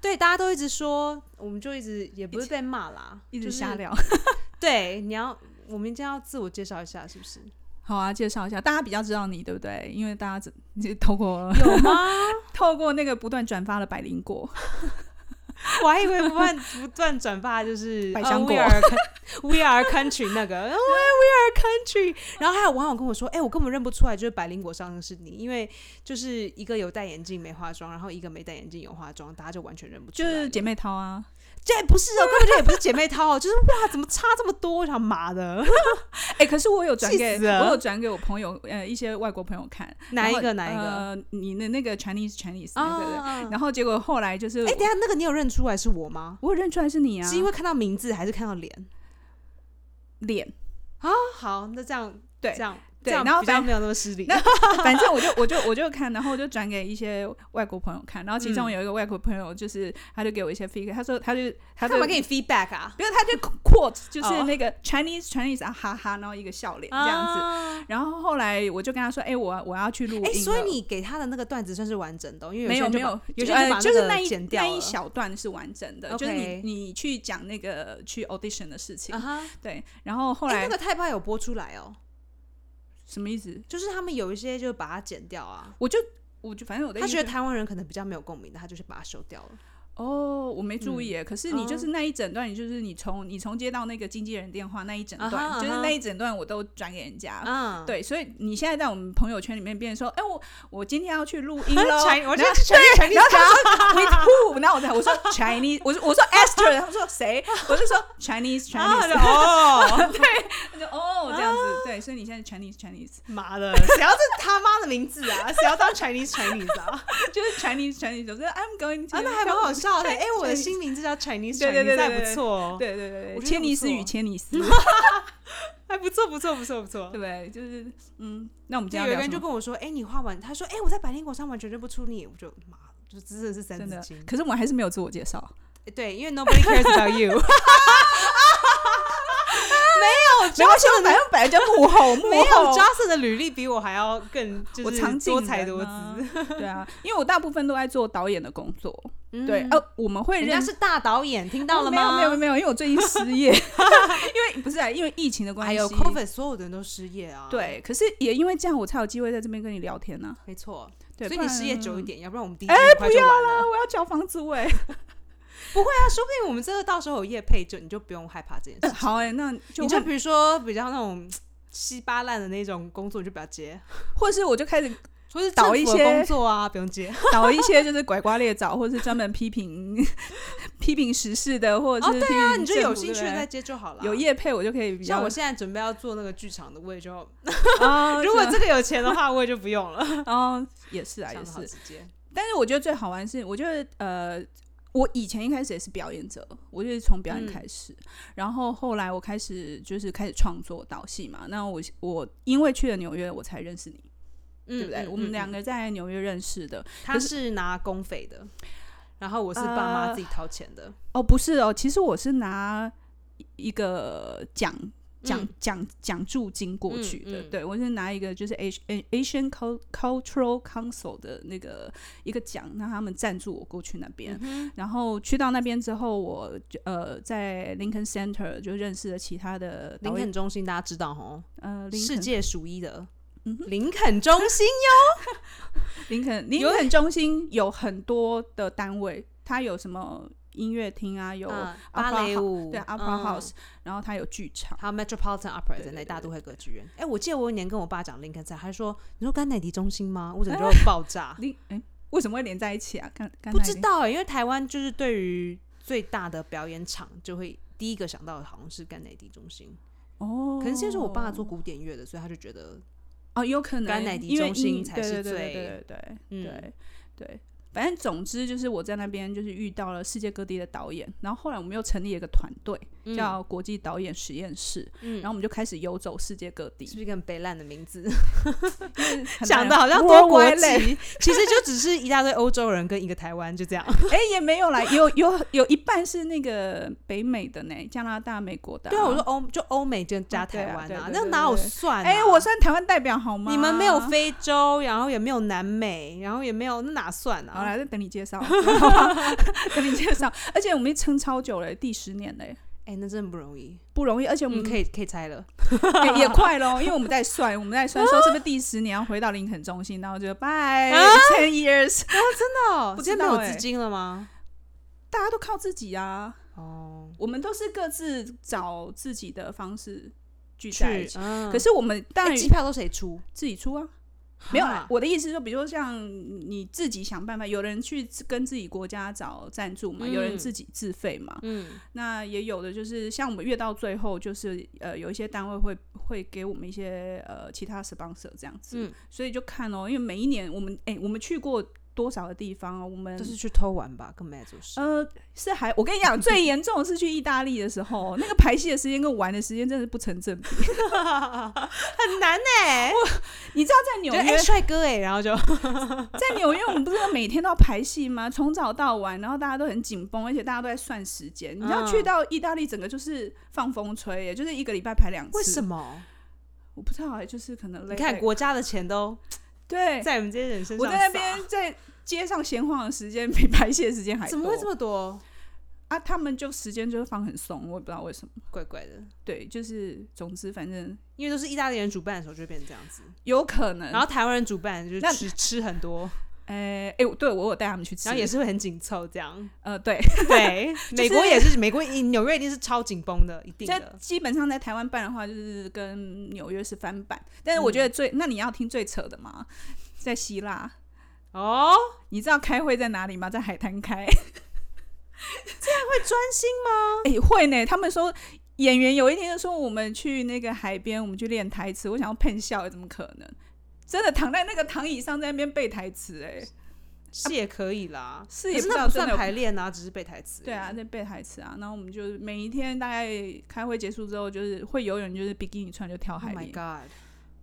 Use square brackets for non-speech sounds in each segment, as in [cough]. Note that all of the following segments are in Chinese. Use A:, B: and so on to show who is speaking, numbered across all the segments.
A: 对，大家都一直说，我们就一直也不是被骂啦，
B: 一直
A: 就是
B: 瞎。聊。 [laughs]
A: 对，你要我们今天要自我介绍一下，是
B: [laughs]
A: 不是？
B: 好啊，介绍一下，大家比较知道你，对不对？因为大家只你透过
A: 有吗？
B: [laughs] 透过那个不断转发的百灵果，
A: 我还以为不断不断转发就是
B: [laughs] 百
A: 呃
B: 香
A: We
B: 果
A: are [laughs] coun- We are country 那个哦 We are country，然后还有网友跟我说，哎、我根本认不出来，就是百灵果上的是你，因为就是一个有戴眼镜没化妆，然后一个没戴眼镜有化妆，大家就完全认不出
B: 就
A: 来了。
B: 是姐妹淘啊。
A: 这不是哦，根本就也不是姐妹淘哦， [laughs] 就是哇，怎么差这么多？我想妈的，
B: 哎、可是我有转给
A: 气死了
B: 我有转给我朋友，呃，一些外国朋友看，
A: 哪一个
B: 然后
A: 哪一个？
B: 呃，你的那个 Chinese Chinese 那个的，
A: 啊，
B: 然后结果后来就是，
A: 哎、等一下那个你有认出来是我吗？
B: 我有认出来是你啊，
A: 是因为看到名字还是看到脸？
B: 脸。 [laughs]
A: 啊好，那这样
B: 对
A: 这样
B: 对
A: 这样
B: 然后
A: 比较
B: 反
A: 没有那么失礼。
B: 反正我就我就我就看，然后我就转给一些外国朋友看，然后其中
A: 嗯
B: 有一个外国朋友就是，他就给我一些 feedback，他说他就他
A: 他
B: 就
A: 干嘛给你 feedback 啊？
B: 没有他就 quote 就是
A: 哦
B: 那个 Chinese Chinese 啊哈哈，然后一个笑脸这样子。
A: 子。
B: 然后后来我就跟他说，哎、我我要去录音了。
A: 啊哎，所以你给他的那个段子算是完整的哦，因为
B: 没
A: 有
B: 有没有
A: 些人就把，有些人
B: 呃
A: 把
B: 就是那
A: 个
B: 一
A: 剪掉
B: 那
A: 了
B: 一小段是完整的
A: OK
B: 就是你你去讲那个去 audition 的事情，
A: 啊哈。
B: 对。然后后
A: 哎，
B: 来、
A: 那个太怕有播出来哦，
B: 什么意思？
A: 就是他们有一些就把它剪掉啊。
B: 我就我就反正我在
A: 他
B: 意
A: 觉得
B: 思
A: 台湾人可能比较没有共鸣的，他就是把它修掉了。
B: 哦，我没注意耶。可是你
A: 嗯
B: 就是那一整段，你就是你从你从接到那个经纪人电话那一整段
A: 啊哈
B: 就是
A: 啊哈
B: 那一整段我都转给人家。
A: 嗯，
B: 对，所以你现在在我们朋友圈里面，别人说，哎、我我今天要去录
A: [laughs]
B: 音喽，
A: Chinese，我
B: 然
A: 觉
B: 后
A: 得是 Chinese，
B: 然后他说 with who，然后我才我说 Chinese，我说我说 Esther，他说谁？我就说 Chinese
A: [laughs] 然后
B: Chinese，
A: 就哦， [laughs]
B: 他就哦这样子，对，所以你现在 Chinese Chinese [laughs]
A: 妈的，谁要这他妈的名字啊？谁要当 Chinese Chinese 啊？
B: 就是 Chinese Chinese，就是 I'm going to，
A: 啊，那还蛮好笑的。
B: [laughs] 对
A: 哎，我的新名字叫 Chinese
B: 对对对
A: Chinese，
B: 对
A: 还不错哦，
B: 对对对对，
A: 我觉得不
B: 切尼斯与
A: 错
B: 切尼
A: [laughs]
B: 斯，
A: 还不错，不错，不错，不错。
B: [laughs] 对，就是嗯，那我们今
A: 就
B: 天要
A: 有一个
B: 聊
A: 人
B: 什
A: 就
B: 么？
A: 跟我说：“哎、你画完？”他说：“哎、我在百灵果上完全认不出你。”我就妈，就真的是三
B: 真
A: 字
B: 的
A: 经，。
B: 可是我们还是没有自我介绍。
A: 哎 [laughs] 对，因为 nobody cares about you。没有，
B: [laughs] 没关系，我们本来就幕后，幕
A: 没有
B: 后
A: Jason 的履历比我还要更就
B: 我
A: 是
B: 常
A: 多
B: 进
A: 才
B: 人
A: 多 [laughs]
B: 啊
A: 姿。
B: 对啊，因为我大部分都在做导演的工作。
A: 嗯
B: 对，呃，我们会
A: 人
B: 认哦
A: 家是大导演，听到了
B: 没有
A: 吗？
B: 没有没有，因为我最近失
A: [laughs]
B: 业，因为不是啊，因为疫情的关
A: 还
B: 系。
A: 有 COVID，所哎有的人都失业啊。，
B: 对，可是也因为这样，我才有机会在这边跟你聊天呢、
A: 没错。
B: 对，
A: 所以
B: 不
A: 你
B: 然
A: 失业久一。点，要不然我们第一集
B: 哎、
A: 很
B: 不
A: 快就
B: 要
A: 完了。
B: 了，我要交房租哎、
A: [laughs] 那说不定我们真的到时候有业配，就你就不用害怕这件事。
B: 嗯好哎、那就
A: 你就
B: 换，
A: 比如说比较那种稀巴烂的那种工作，你就不要接。
B: 或者是我就开始
A: 或是
B: 导
A: 找
B: 一
A: 一
B: 些
A: 些工作啊，不用
B: [laughs]
A: 接。
B: 导一些就是拐瓜裂枣，或者是专门批评 [laughs] 批评时事的，或者
A: 哦
B: 是
A: 对
B: 批
A: 啊，
B: 评
A: 你就
B: 政
A: 有
B: 府
A: 兴趣
B: 对
A: 的
B: 不
A: 再
B: 对
A: 接就好了。
B: 有，业配，我就可以比较
A: 像我现在准备要做那个剧场的，我也就
B: 啊，
A: [laughs] 如果
B: 是吗
A: 这个有钱的话，我也就不用
B: [laughs]
A: 了。
B: 哦也是啊
A: 想
B: 也
A: 得好
B: 是，
A: 直接。
B: 但是我觉得最好玩是，我觉得呃，我以前一开始也是表演者，我就是从
A: 嗯
B: 表演开始，然后后来我开始就是开始创作导戏嘛。那我我因为去了纽约，我才认识你，
A: 嗯
B: 对不对？我们两，
A: 嗯嗯
B: 个在纽约认识的。
A: 他是拿公费的，然后我是爸妈自己掏钱的。
B: 哦，不是哦，其实我是拿一个奖。奖
A: 嗯
B: 奖奖助金过
A: 嗯
B: 去的，
A: 嗯
B: 对我是拿一个就是 Asi- Asian Cul- Cultural Council 的那个一个奖，让他们赞助我过去那边。
A: 嗯
B: 然后去到那边之后，我就呃在 Lincoln Center 就认识了其他的
A: 林
B: 导演
A: 肯，中心大家知道吼，
B: 呃，林
A: 世
B: 肯
A: 界数一的
B: 嗯哼
A: 林肯中心
B: 林肯林肯中心有很多的单位，它有什么音乐厅啊，有、
A: 啊芭蕾舞
B: 对
A: 嗯
B: Opera House，、。然后它有剧场。
A: 还有 Metropolitan Opera
B: 对
A: 在
B: 对
A: 那
B: 对
A: 大都
B: 对
A: 会歌剧院。哎，我记得我有一年跟我爸讲林肯在，他说：“你说甘乃迪中心吗？”我整个
B: [laughs]
A: 就爆炸。
B: 林哎、为什么会连在一起啊？刚刚
A: 不
B: 才
A: 知
B: 已经
A: 道欸，因为台湾就是对于最大的表演场，就会第一个想到的好像是甘乃迪中心。
B: 哦，
A: 可能先是我爸做古典乐的，所以他就觉得
B: 哦，有可能
A: 甘乃迪
B: 因为
A: 中心
B: 音
A: 才是
B: 对对
A: 最
B: 对对对对
A: 嗯
B: 对对。反正总之就是我在那边就是遇到了世界各地的导演，然后后来我们又成立了一个团队，叫国际导演实验室，
A: 嗯
B: 然后我们就开始游走世界各地
A: 是不， [laughs] 是一个很北烂的名
B: [laughs]
A: 字？
B: 很
A: 讲的
B: 难
A: 好像
B: 多
A: 多国
B: [laughs] 国
A: 籍
B: 类，，
A: 其实就只是一大堆欧洲人跟一个台湾，就这样。
B: 哎、也没有啦，有有有一半是那个北美的呢，加拿大、美国的、
A: [laughs] 对啊，我说，欧就欧美就加台湾
B: 对啊对对
A: 那
B: 对
A: 哪有
B: 对
A: 算啊？
B: 哎、我算台湾代表好吗？
A: 你们没有非洲，然后也没有南美，然后也没有那哪算
B: 好
A: 啊？
B: 啦，再等你介绍， [laughs] 等你介绍。而且我们也撑超久了，第十年嘞，
A: 哎、那真的不容易。
B: 不容易。而且
A: 我
B: 我
A: 们
B: 们
A: 可以可以猜了，
B: [laughs] 也也快喽，因为我们在算，我们在 [laughs] 算说是不是第十年要回到林肯中心，然后就拜 ten years， [laughs]
A: 哦，
B: 不
A: 今天
B: 知
A: 没
B: 道
A: 有
B: 哎
A: 资金了吗？
B: 大家都靠自己啊，
A: 哦，
B: 我们都是各自找自己的方式聚在一
A: 去
B: 起。，
A: 嗯
B: 可是我们当
A: 哎
B: 然
A: 机票都谁出？
B: 自己出啊，没有啦
A: 哈，
B: 我的意思是说，比如说像你自己想办法，有人去跟自己国家找赞助嘛，
A: 嗯
B: 有人自己自费嘛，
A: 嗯，
B: 那也有的就是像我们越到最后，就是呃有一些单位会会给我们一些呃其他 sponsor 这样子，
A: 嗯
B: 所以就看哦，因为每一年我们哎、我们去过多少个地方啊，我们
A: 都是去偷玩吧，根本也就是。
B: 呃是还我跟你讲，最严重的是去意大利的时候，那个排戏的时间跟玩的时间真的是不成正比。
A: [laughs] 很难哎、欸，
B: 你知道在纽
A: 就
B: 约
A: 哎帅哥哎、然后 [laughs] 就
B: 在纽约，我们不是每天都要排戏吗？从早到晚，然后大家都很紧绷，而且大家都在算时间。你知道
A: 嗯
B: 去到意大利，整个就是放风吹耶，就是一个礼拜排两次。
A: 为
B: 么？
A: 什么？
B: 我不知道哎，就是可能
A: 你看
B: layback
A: 国家的钱都
B: 对，
A: 在我们这些人身上
B: 我
A: 撒，
B: 在那边在街上闲晃的时间比排戏的时间还多
A: 怎么会这么多？
B: 啊？他们就时间就是放很松，我也不知道为什么。
A: 怪怪的，
B: 对，就是总之反正
A: 因为都是意大利人主办的时候就会变成这样子，
B: 有可能。
A: 然后台湾人主办就是
B: 那
A: 吃吃很多，
B: 哎哎，对我有带他们去吃，
A: 然后也是会很紧凑这样。
B: 呃对， [laughs]
A: 对，美国也是，美国一纽约一定是超紧绷的，一定
B: 这
A: 的。
B: 基本上在台湾办的话，就是跟纽约是翻版。但是
A: 嗯
B: 我觉得最，那你要听最扯的嘛，在希腊，
A: 哦，
B: 你知道开会在哪里吗？在海滩开。 [laughs]
A: 会专心
B: 哎、会呢，他们说。演员有一天就说我们去那个海边，我们去练台词。我想要喷笑，怎么可能？真的躺在那个躺椅上在那边背台词、哎，
A: 是也可以啦，
B: 是也
A: 可
B: 不知
A: 那
B: 道
A: 不
B: 真
A: 算
B: 的有
A: 排练啊，只是背台词。
B: 对啊，，在背台词啊。然后我们就每一天大概开会结束之后，就是会游泳，就是比基尼穿就跳
A: Oh
B: 海
A: my
B: 里。
A: god！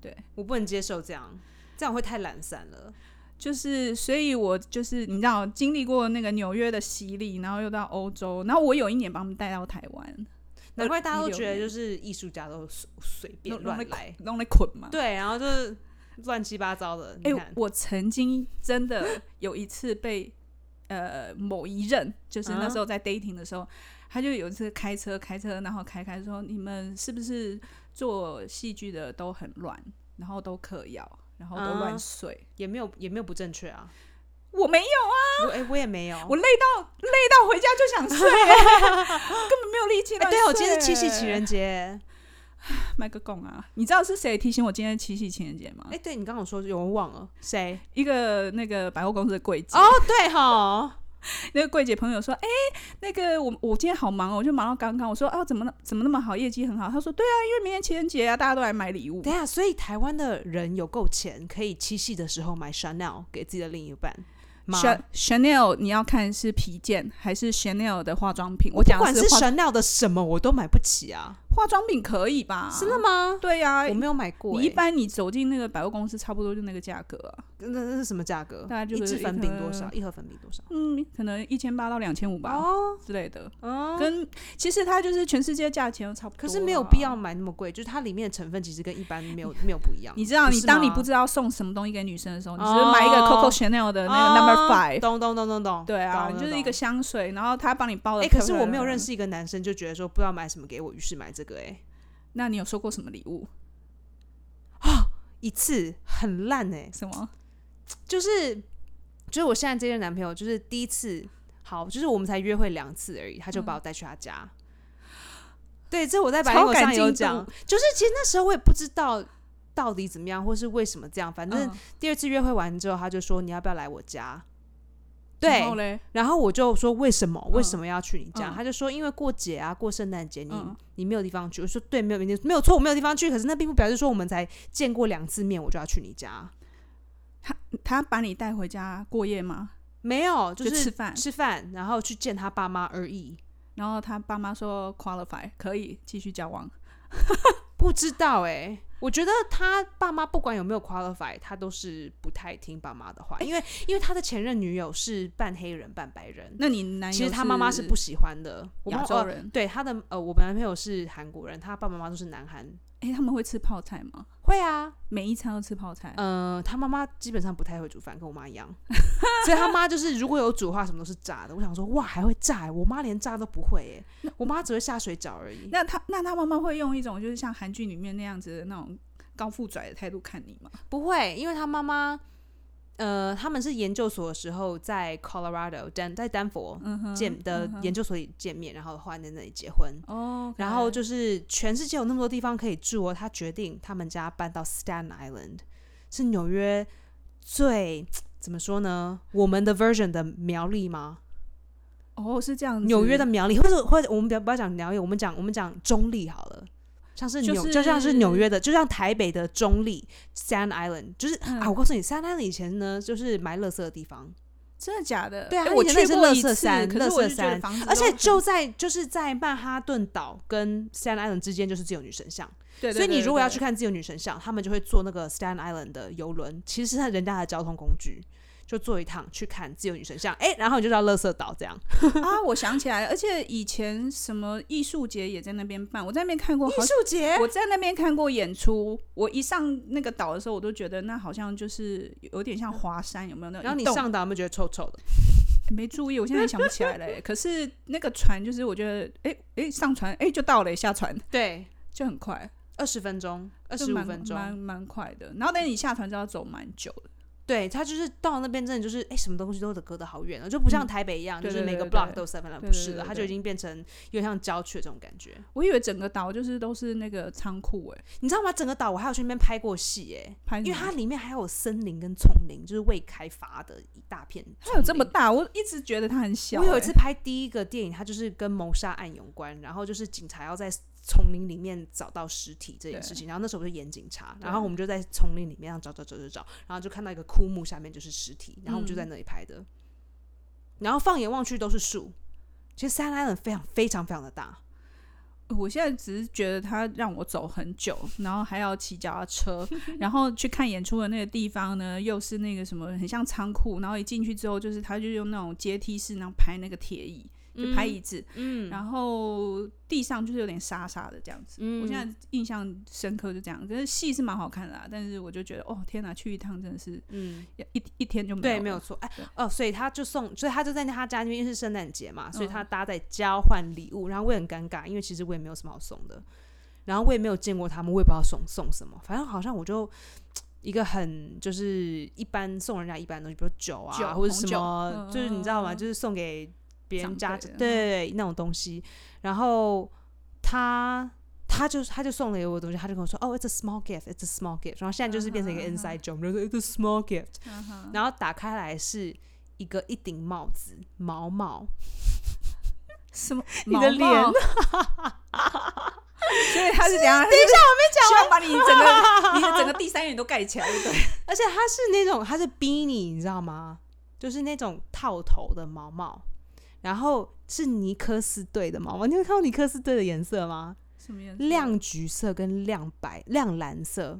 B: 对，
A: 我不能接受这样，这样会太懒散了。
B: 就是，所以我就是你知道，经历过那个纽约的洗礼，然后又到欧洲，然后我有一年把他们带到台湾，
A: 难怪大家都
B: 16
A: 觉得
B: 年
A: 就是艺术家都随随便
B: 弄弄
A: 乱
B: 得
A: 来，
B: 弄来捆嘛。，
A: 对，然后就是乱七八糟的。
B: 哎、
A: 你看，
B: 我曾经真
A: [laughs]
B: 的有一次被呃某一任，就是那时
A: 啊
B: 候在 dating 的时候，他就有一次开车开车，然后开开说你们是不是做戏剧的都很乱，然后都嗑药，然后都
A: 啊
B: 乱睡。
A: 也没有也没有不正确啊，
B: 我没有
A: 我哎我也没有。
B: 我累到累到回家就想
A: [laughs]
B: 睡，根本没有力气
A: 哎，
B: 乱睡。
A: 对，我今天是七夕情人节。
B: 麦克贡啊！你知道是谁提醒我今天七夕情人节吗？
A: 哎，对你刚刚有说有人忘了谁？
B: 一个那个百货公司的柜姐，
A: 哦，对哈，
B: 那个柜姐朋友说：“哎、那个我我今天好忙哦，我就忙到刚刚。”我说：“啊，怎么那怎么那么好，业绩很好？”他说：“对啊，因为明天情人节啊，大家都来买礼物。
A: 等一下，所以台湾的人有够钱，可以七夕的时候买 Chanel 给自己的另一半吗？
B: Cha- Chanel，你要看是皮件还是 Chanel 的化妆品？我
A: 我不
B: 讲
A: 管
B: 的
A: 是
B: 化
A: Chanel 的什么，我都买不起啊！
B: 化妆品可以吧？
A: 真的？吗？
B: 啊对呀、
A: 我没有买过欸。
B: 你一般你走进那个百货公司，差不多就那个价格啊，
A: 那那是什么价格？
B: 大概就
A: 一
B: 是
A: 支
B: 一
A: 粉饼
B: 个
A: 多少？一盒粉饼多少？
B: 嗯，可能一千八到两千五吧、
A: 哦，
B: 之类的。
A: 嗯，
B: 跟其实它就是全世界价钱都差不多，啊
A: 可是没有必要。买那么贵，就是它里面的成分其实跟一般
B: [laughs]
A: 没有没有不一样。
B: 你知道，你
A: 是
B: 当你
A: 吗
B: 不知道送什么东西给女生的时候，你只是
A: 哦
B: 买一个 Coco Chanel 的那个 Number
A: 哦
B: Five，
A: 懂懂懂懂懂，
B: 对啊，
A: 懂
B: 就是一。
A: 懂
B: 个
A: 懂
B: 香水，然后他帮你包的。啊
A: 哎，可是我没有认。识一个男生就觉得说不知道买什么给我，于是买这个哎，
B: 那你有收过什么礼物？
A: 一次很烂哎，
B: 什么？
A: 就是就是我现在这任男朋友，就是第一次好，就是我们才约会两次而已，他就把我带去他家。对，这我在百灵果上有
B: 嗯超
A: 讲
B: 感，
A: 就是其实那时候我也不知道到底怎么样，或是为什么这样。反正
B: 嗯
A: 第二次约会完之后，他就说你要不要来我家？对
B: 然，后嘞，
A: 然后我就说为什么
B: 嗯
A: 为什么要去你家？
B: 嗯
A: 他就说因为过节啊，过圣诞节你、
B: 嗯
A: 你没有地方去。我说对，没有没有没有错，我没有地方去。可是那并不表示说我们才见过两次面，我就要去你家。
B: 他把你带回家过夜吗？
A: 没有，
B: 就是吃饭，
A: 吃饭，然后去见他爸妈而已。
B: 然后他爸妈说 qualify 可以继续交往，
A: 不知道哎、我觉得他爸妈不管有没有 qualify，他都是不太听爸妈的话，因为因为他的前任女友是半黑人半白人，
B: 那你男友
A: 其实他妈妈是不喜欢的。我
B: 亚
A: 爸
B: 洲
A: 呃
B: 人，
A: 对他的呃，我本来朋友是韩国人，他爸爸妈妈都是南韩。
B: 哎、他们会吃泡菜吗？
A: 会啊，
B: 每一餐都吃泡菜，
A: 呃，他妈妈基本上不太会煮饭，跟我妈一样， [laughs] 所以他妈就是如果有煮的话，什么都是炸的。我想说，哇，还会炸欸、我妈连炸都不会、欸，我妈只会下水饺而已。
B: 那他那他妈妈会用一种就是像韩剧里面那样子的那种高富拽的态度看你吗？
A: 不会，因为他妈妈，呃，他们是研究所的时候在 Colorado 丹在丹佛
B: 嗯哼，
A: 见的研究所里见面，然后后来在那里结婚。
B: 哦，
A: 然后
B: OK
A: 就是全世界有那么多地方可以住哦，他决定他们家搬到 Staten Island，是纽约最怎么说呢？我们的 version 的苗栗吗？
B: 哦是这样子，
A: 纽约的苗栗，或者或者我们不要不要讲苗栗，我们讲我们讲中立好了。像是
B: 就
A: 纽，
B: 是
A: 就像是纽约的，就像台北的中立 San Island，就是、
B: 嗯
A: 啊，我告诉你，San Island 以前呢，就是埋垃圾的地方，
B: 真的假的？
A: 对啊
B: 诶
A: 以
B: 我
A: 前
B: 去
A: 那是
B: 过
A: 垃
B: 一
A: 圾
B: 次，
A: 山
B: 可
A: 垃
B: 是我
A: 圾
B: 就觉得
A: 山
B: 房子
A: 而且
B: 都
A: 就
B: 很
A: 在就是在曼哈顿岛跟 San Island 之间，就是自由女神像。
B: 对对
A: 所以你
B: 对
A: 如果
B: 对
A: 要去看自由女神像，他们就会坐那个 Staten Island 的游轮，其实是人家的交通工具，就坐一趟去看自由女神像，哎、然后你就到垃圾岛这样。
B: 啊，我想起来了，而且以前什么艺术节也在那边办，我在那边看过好几，
A: 节
B: 我在那边看过演出。我一上那个岛的时候，我都觉得那好像就是有点像华山，有没有那种一
A: 然后你
B: 栋
A: 上岛有没有觉得臭臭的？
B: 没注意，我现在也想不起来了欸。可是那个船就是，我觉得，哎哎，上船哎就到了，下船
A: 对，
B: 就很快，
A: 二十分钟，二
B: 就
A: 十五
B: 蛮
A: 分
B: 蛮
A: 钟。
B: 蛮快的。然后但是你下船就要走蛮久的，
A: 对，它就是到那边真的就是，哎、什么东西都得隔得好远哦了，就不像台北一样，
B: 嗯
A: 就
B: 对
A: 是每个
B: 对对
A: block
B: 对
A: 都有 seven
B: 对
A: 不是
B: 对
A: 了，
B: 对
A: 它就
B: 对
A: 已经变成有点像郊区的这种感觉，
B: 我以为整个岛就是都是那个仓库哎，
A: 你知道吗？整个岛我还有去那边拍过戏，哎，
B: 拍
A: 因为
B: 什么
A: 它里面还有森林跟丛林，就是未开发的一大片。
B: 它有这么大，我一直觉得它很小
A: 我
B: 欸。
A: 有一次拍第一个电影，它就是跟谋杀案有关，然后就是警察要在丛林里面找到尸体这件事情。然后那时候我就演警察，然后我们就在丛林里面这样找找找找找，然后就看到一个枯木下面就是尸体，然后我们就在那里拍的。然后放眼望去都是树，其实 San Island 非常非常非常的大。
B: 我现在只是觉得它让我走很久，然后还要骑脚踏
A: [laughs]
B: 车，然后去看演出的那个地方呢，又是那个什么很像仓库，然后一进去之后，就是他就用那种阶梯式，然后排那个铁椅，就排椅子，嗯，然后地上就是有点沙沙的这样子。
A: 嗯
B: 我现在印象深刻就这样，可是戏是蛮好看的啦，但是我就觉得哦天哪，去一趟真的是
A: 嗯，
B: 一一天就没有
A: 对，
B: 了
A: 没有错。哎
B: 对，
A: 哦，所以他就送，所以他就在他家那边，因为是圣诞节嘛，所以
B: 嗯
A: 他大家在交换礼物，然后我也很尴尬，因为其实我也没有什么好送的，然后我也没有见过他们，我也不知道送送什么，反正好像我就。一个很就是一般送人家一般的东西，比如酒啊
B: 酒
A: 或者
B: 红
A: 什
B: 酒
A: 么，
B: 嗯
A: 就是你知道吗？就是送给别人家
B: 长辈
A: 对
B: 的嗯
A: 对对那种东西。然后他他就他就送给我的东西，他就跟我说：“哦、i t s a small gift，it's a small gift。”然后现在就是变成一个
B: 嗯哼嗯
A: inside joke，就是 “it's a small gift”。
B: 嗯哼
A: 然后打开来是一个一顶帽子，毛帽，
B: 什么？
A: 你的脸
B: [laughs] 毛毛所以他是怎样？ [laughs] 等一下，我没讲完，把你整个你的整个第三眼都盖起来，对不对？
A: 而且它是那种它是 beanie，你知道吗？就是那种套头的毛帽，然后是尼克斯队的毛毛。你有看过尼克斯队的颜色吗？
B: 什么颜色？
A: 亮橘色跟亮白、亮蓝色。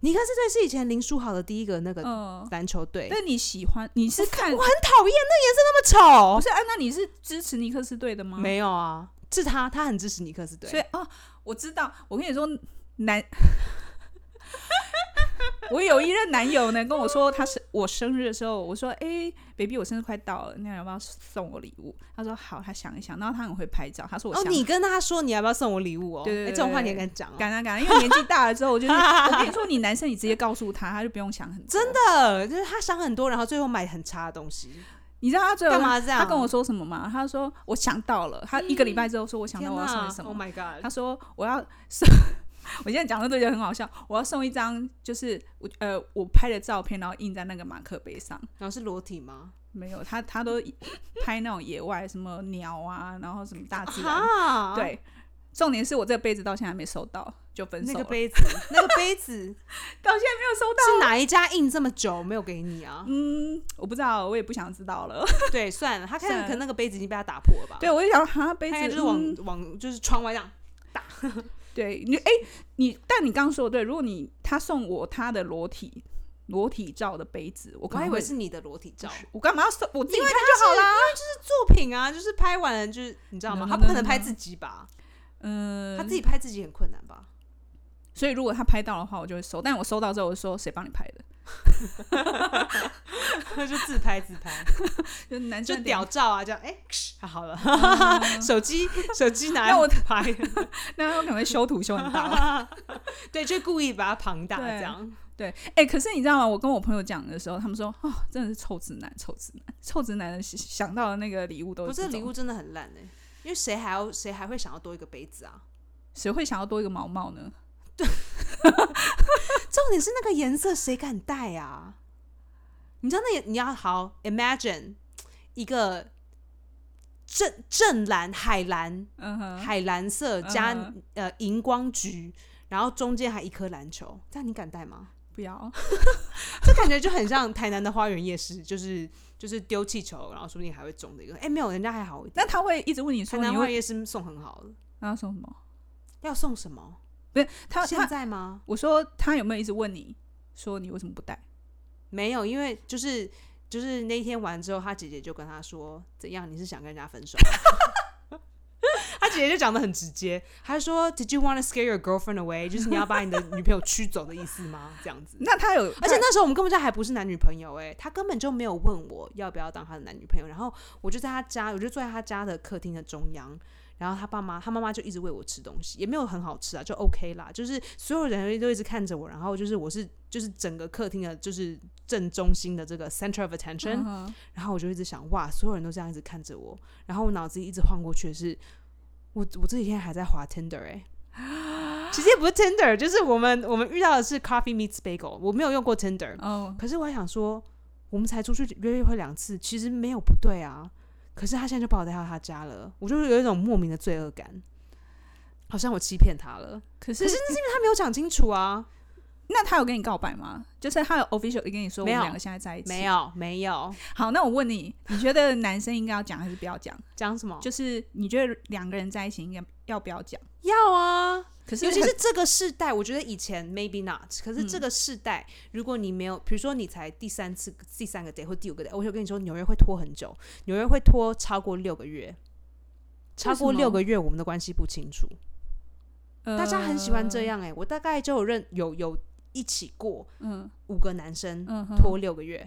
A: 尼克斯队是以前林书豪的第一个那个
B: 嗯。
A: 篮球队，
B: 但你喜欢你是看
A: 我很讨厌那颜色那
B: 不
A: 么
B: 是啊？那你是支持尼克斯队的吗？
A: 丑。，没有啊，是他，他很支持尼克斯队。
B: 所以哦，我知道。我跟你说，男， [laughs] 我有一任男友呢，跟我说他是我生日的时候，我说：“哎、b a b y 我生日快到了，那要不要送我礼物？”他说：“好，他想一想。”然后他很会拍照，他说：“我
A: 哦
B: 想，
A: 你跟他说你要不要送我礼物哦？
B: 对对
A: 哎
B: 对
A: 这种话
B: 对
A: 你也敢讲哦？
B: 敢啊敢啊！因为年纪大了之后，我
A: [laughs]
B: 就是我跟你说，你男生你直接告诉他，他就不用想很多。真的，
A: 呃，就是他想很多，然后最后买很差的东西，
B: 你知道他最后
A: 干嘛这样？
B: 他跟我说什么吗？他说我想到了，他一个礼拜之后说我想
A: 天
B: 到我要送
A: 哪
B: 你什么。
A: ？Oh my god！
B: 他说我要送， [laughs] 我现在讲的都觉得很好笑。我要送一张，就是我呃我拍的照片，然后印在那个马克杯上。
A: 然后是裸体吗？
B: 没有，他他都拍那种野外什么鸟啊，然后什么大自然。
A: 哈，
B: 对，重点是我这辈子到现在还没收到，就分手
A: 那
B: 了。
A: 个杯子， [laughs] 那个杯 [laughs] 子
B: 到现在没有收到。
A: 是哪一家印这么久没有给你 [laughs] 啊？
B: 嗯，我不知道，我也不想知道了。
A: 对，算了，他看
B: 算了
A: 可能那个杯子已经被他打破了吧？，
B: 对，我就想说哈，杯
A: 他应
B: 子
A: 该就是往、
B: 嗯
A: 往就是窗外这样。
B: 对你哎、你但你刚刚说的对，如果你他送我他的裸体裸体照的杯子，我
A: 我
B: 可能
A: 还以
B: 会
A: 为是你的裸体 [laughs] 照
B: 不，是我干嘛要送我自己
A: 因为
B: 看
A: 他
B: 就好啦？
A: 作品啊，就是拍完了就是你知道
B: No,
A: 吗？
B: no,
A: 他不可能
B: no,
A: 拍
B: no.
A: 自己吧？
B: 嗯，
A: 他自己拍自己很困难吧？
B: 所以如果他拍到的话，我就会收。但我收到之后，我就说谁帮你拍的？
A: 他 [laughs] 就自拍自拍， [laughs]
B: 就男
A: 就
B: 生
A: 屌 [laughs]
B: 屌，
A: 照啊，这样哎、啊好 [laughs] 了，手机手机拿
B: 那
A: 来
B: 我
A: 拍， [laughs]
B: 那他可能会修图修很大。
A: 对，就故意把它庞大
B: 对
A: 这样。
B: 对，哎、可是你知道吗？我跟我朋友讲的时候，他们说哦，真的是臭直男，臭直男，臭直男的想想到的那个礼物都
A: 不
B: 是
A: 是
B: 这种
A: 礼物，真的很烂哎、因为谁还要谁还会想要多一个杯子啊？
B: 谁会想要多一个毛毛呢？
A: 重点是那个颜色谁敢戴啊？你知道那个你要好 imagine 一个正正蓝海蓝、
B: 嗯哼，
A: 海蓝色加、
B: 嗯哼
A: 呃荧光橘，然后中间还一颗篮球，这样你敢戴吗？
B: 不要，
A: 这感觉就很像台南的花园夜市，就是就是丢气球，然后说不定还会中的一个。哎、没有，人家还好一点。
B: 那他会一直问你
A: 台
B: 说
A: 南
B: 你
A: 花
B: 会
A: 园夜市送很好的，
B: 那要送什么？
A: 要送什么？
B: 不是他
A: 现
B: 他，
A: 在吗？
B: 我说他有没有一直问你说你为什么不带？
A: 没有，因为就是就是那一天完之后，他姐姐就跟他说：“怎样？你是想跟人家分手吗？” [laughs] 他姐姐就讲的很直接，他说：“Did you want to scare your girlfriend away？” 就是你要把你的女朋友驱走的意思吗？这样子。
B: 那他有，嗯
A: 而且那时候我们根本就还不是男女朋友哎、他根本就没有问我要不要当他的男女朋友。然后我就在他家，我就坐在他家的客厅的中央，然后他爸妈，他妈妈就一直喂我吃东西，也没有很好吃啊，就 OK 啦。就是所有人都一直看着我，然后就是我是就是整个客厅的，就是正中心的这个 center of attention、
B: 嗯哼
A: 然后我就一直想，哇，所有人都这样一直看着我，然后我脑子一直晃过去的是，我我这几天还在滑 Tinder 哎、其实也不是 Tinder，就是我们我们遇到的是 Coffee Meets Bagel，我没有用过 Tinder，
B: 哦，
A: 可是我还想说，我们才出去约约会两次，其实没有不对啊。可是他现在就把我带到他家了，我就是有一种莫名的罪恶感，好像我欺骗他了。
B: 可是
A: 可是那是因为他没有讲清楚啊，
B: 那他有跟你告白吗？就是他有 official 跟你说我
A: 没
B: 们
A: 有
B: 两个现在在一起？
A: 没。有没有
B: 好，那我问你，你觉得男生应该要讲还是不要讲？
A: 讲什么，
B: 就是你觉得两个人在一起应该要不要讲？
A: 要啊。
B: 可是
A: 尤其
B: 很
A: 是这个世代，我觉得以前 maybe not，可是
B: 嗯
A: 这个世代，如果你没有，比如说你才第三次、第三个 day 或第五个 day，我就跟你说，纽约会拖很久，纽约会拖超过六个月，超过
B: 为什么呃
A: 六个月，我们的关系不清楚。大家很喜欢这，样哎、我大概就有认有有一起过
B: 呃嗯
A: 五个男生。
B: 嗯哼，
A: 拖六个月，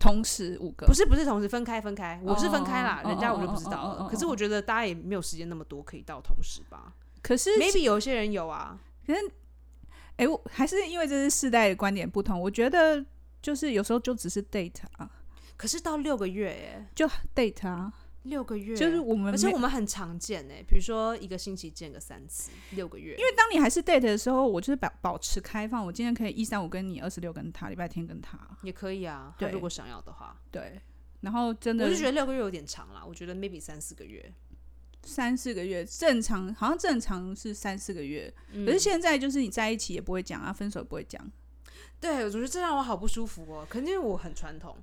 B: 同时五个
A: 不，是不是同时分开分开，我是分开啦，
B: 哦
A: 人家我就不知道
B: 哦哦哦哦
A: 了
B: 哦。
A: 可是我觉得大家也没有时间那么多可以到同时
B: [laughs]
A: 吧
B: 可是
A: ，maybe 有些人有啊，
B: 可是哎、我还是因为这是世代的观点不同，我觉得就是有时候就只是 date 啊，
A: 可是到六个月哎、
B: 就 date 啊，
A: 六个月
B: 就是我们
A: 而且
B: 没
A: 我们很常见呢、比如说一个星期见个三次，六个月。因为
B: 当你还是 date 的时候，我就是保保持开放，我今天可以一三五跟你，二四六跟他，礼拜天跟他，
A: 也可以啊，他
B: 对
A: 如果想要的话，
B: 对。然后真的，
A: 我就觉得六个月有点长啦，我觉得 maybe 三四个月。
B: 三四个月正常，好像正常是三四个月，
A: 嗯
B: 可是现在就是你在一起也不会讲啊，分手也不会讲，
A: 对，我觉得这让我好不舒服哦，肯定我很传统。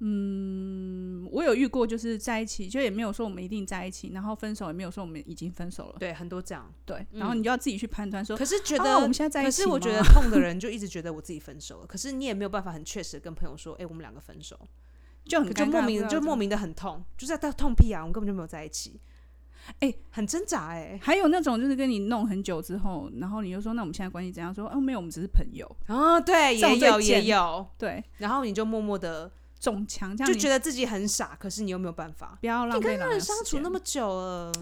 B: 嗯，我有遇过，就是在一起，就也没有说我们一定在一起，然后分手也没有说我们已经分手了，
A: 对，很多这样。
B: 对，然后你就要自己去判断说，
A: 可是嗯觉
B: 啊、
A: 得，
B: 我们现在在一
A: 可
B: 起
A: 是
B: 吗，
A: 我觉得痛的人就一直觉得我自己分手了，可是你也没有办法很确实地跟朋友说，哎、我们两个分手，
B: [laughs] 就很尴
A: 可就
B: 尬
A: 莫
B: 不知
A: 名
B: 道
A: 就
B: 怎么
A: 莫名的很痛，就是在痛屁啊，我们根本就没有在一起。
B: 哎
A: 很挣扎哎、
B: 还有那种就是跟你弄很久之后，然后你就说那我们现在关系怎样？说哦没有，我们只是朋友，
A: 啊，对，
B: 这
A: 也
B: 种最
A: 有也
B: 贱
A: 有，
B: 对，
A: 然后你就默默的
B: 中枪这样
A: 就
B: 你
A: 觉得自己很傻，可是你又没有办法。
B: 不要浪费老
A: 跟
B: 娘
A: 人
B: 时
A: 相处
B: 间
A: 那么久了，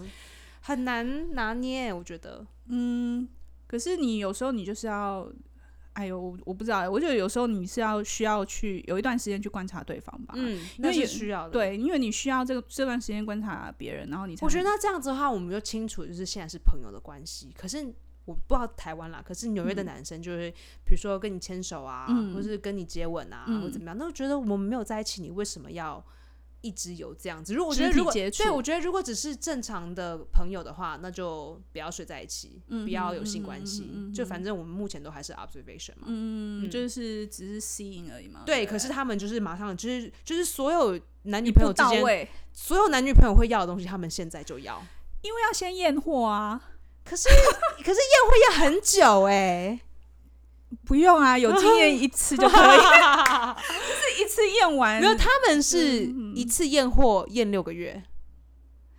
A: 很难拿捏，我觉得。
B: 嗯，可是你有时候你就是要，哎呦，我我不知道，我觉得有时候你是要需要去有一段时间去观察对方吧，，
A: 嗯，
B: 因为
A: 那是
B: 有
A: 需要的。，
B: 对，因为你需要这个这段时间观察别人，然后你才
A: 我觉得
B: 能
A: 那这样子的话，我们就清楚，就是现在是朋友的关系。可是我不知道台湾啦，可是纽约的男生就会，比如说跟你牵手啊，
B: 嗯
A: 或是跟你接吻啊，
B: 嗯
A: 或怎么样，那我觉得我们没有在一起，你为什么要一直有这样子。如果我
B: 肢
A: 觉得如
B: 体
A: 果
B: 接
A: 对
B: 触
A: 我觉得如果只是正常的朋友的话，那就不要睡在一起，
B: 嗯
A: 不要有
B: 嗯嗯
A: 性关
B: 嗯
A: 系。
B: 嗯
A: 就
B: 嗯
A: 反正我们目前都还是 observation 嘛。
B: 嗯，
A: 嗯
B: 就是只是吸引而已嘛。
A: 对，
B: 不
A: 可是他们就是马上就是就是所有男女朋友
B: 不
A: 之
B: 到
A: 间，
B: 位，
A: 所有男女朋友会要的东西，他们现在就要。
B: 因为要先验货啊，
A: 可是可是宴会要很久哎、
B: 不用啊，有经验一次就可以，是一次验完
A: [laughs] 没。有，他们是
B: 嗯
A: 一次验货验六个月，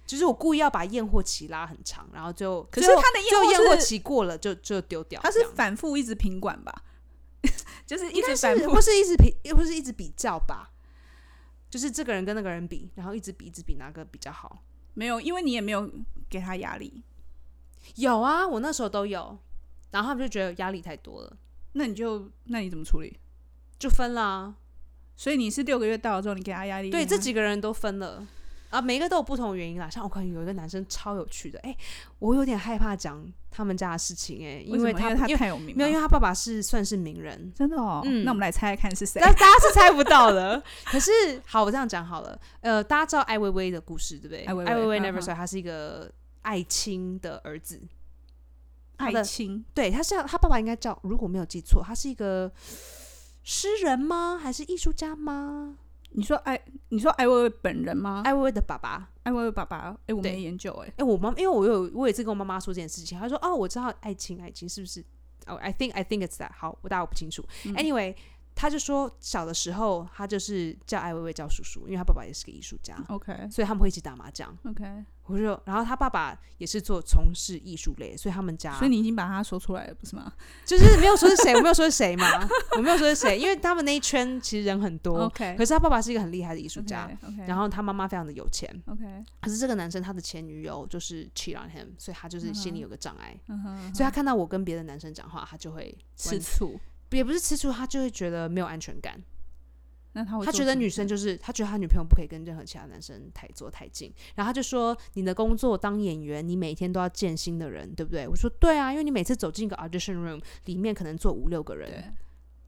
A: 就是我故意要把验货期拉很长，然后就
B: 可是
A: 最后
B: 他的
A: 最后
B: 验
A: 验货
B: 货是，
A: 期过了就就丢掉，
B: 他
A: 这
B: 是
A: 样
B: 反复一直品管吧， [laughs] 就是一
A: 应
B: 直
A: 该
B: 反
A: 是
B: 复
A: 或。是一直比或是一直比较吧，就是这个人跟那个人比，然后一直比一直比哪个比较好。
B: 没有，因为你也没有给他压力，
A: 有啊，我那时候都有，然后他们就觉得压力太多了，
B: 那你就那你怎么处理？
A: 就分啦。
B: 所以你是六个月到了之后，你给他压力，
A: 对，
B: 让
A: 这
B: 他
A: 几个人都分了啊，每一个都有不同的原因啦。像我看有一个男生超有趣的，哎、我有点害怕讲他们家的事情、哎，因
B: 为
A: 为
B: 什么
A: 他
B: 因为他
A: 因为
B: 太有名
A: 没有，因
B: 吗，
A: 为他爸爸是算是名人。
B: 真的哦。
A: 嗯
B: 那我们来猜猜看是谁
A: 大？大家是猜不到的， [laughs] 可是好，我这样讲好了。呃，大家知道艾薇薇的故事对不对？
B: 艾薇薇
A: 艾薇薇
B: 嗯
A: Never
B: 哼
A: Say，他是一个爱卿的儿子，的
B: 爱卿
A: 对，他是他爸爸应该叫，如果没有记错，他是一个诗人吗？还是艺术家吗？
B: 你说艾，你说艾薇薇本人吗？
A: 艾薇薇的爸爸，
B: 艾薇薇爸爸，哎、我
A: 对
B: 没研究、哎，
A: 哎、我妈，因为我有我有一次跟我妈妈说这件事情，她说哦，我知道爱情，爱情是不是？哦、i think I think it's that。好，我大我不清楚。
B: 嗯
A: Anyway，她就说小的时候，她就是叫艾薇薇叫叔叔，因为她爸爸也是个艺术家，
B: ，OK
A: 所以他们会一起打麻将。
B: OK，
A: 我就，然后她爸爸也是做从事艺术类，所以他们家，
B: 所以你已经把他说出来了，不是吗
A: 就是没有说是谁，我没有说是谁嘛，我没有说是谁，因为他们那一圈其实人很多。
B: ？OK，
A: 哦可是她爸爸是一个很厉害的艺术家
B: o k
A: 然后她妈妈非常的有钱，
B: OK，
A: 可是这个男生他的前女友就是 cheat on him，所以他就是心里有个障碍。
B: 嗯哼，
A: 所以他看到我跟别的男生讲话，他就会
B: 吃，醋，
A: 也不是吃醋，他就会觉得没有安全感。
B: 那他会
A: 他
B: 做
A: 觉得
B: 什么
A: 女生就是，他觉得他女朋友不可以跟任何其他男生太坐太近。然后他就说：“你的工作当演员，你每天都要见新的人，对不对？”我说：“对啊，因为你每次走进一个 audition room，里面可能坐五六个人，
B: 对，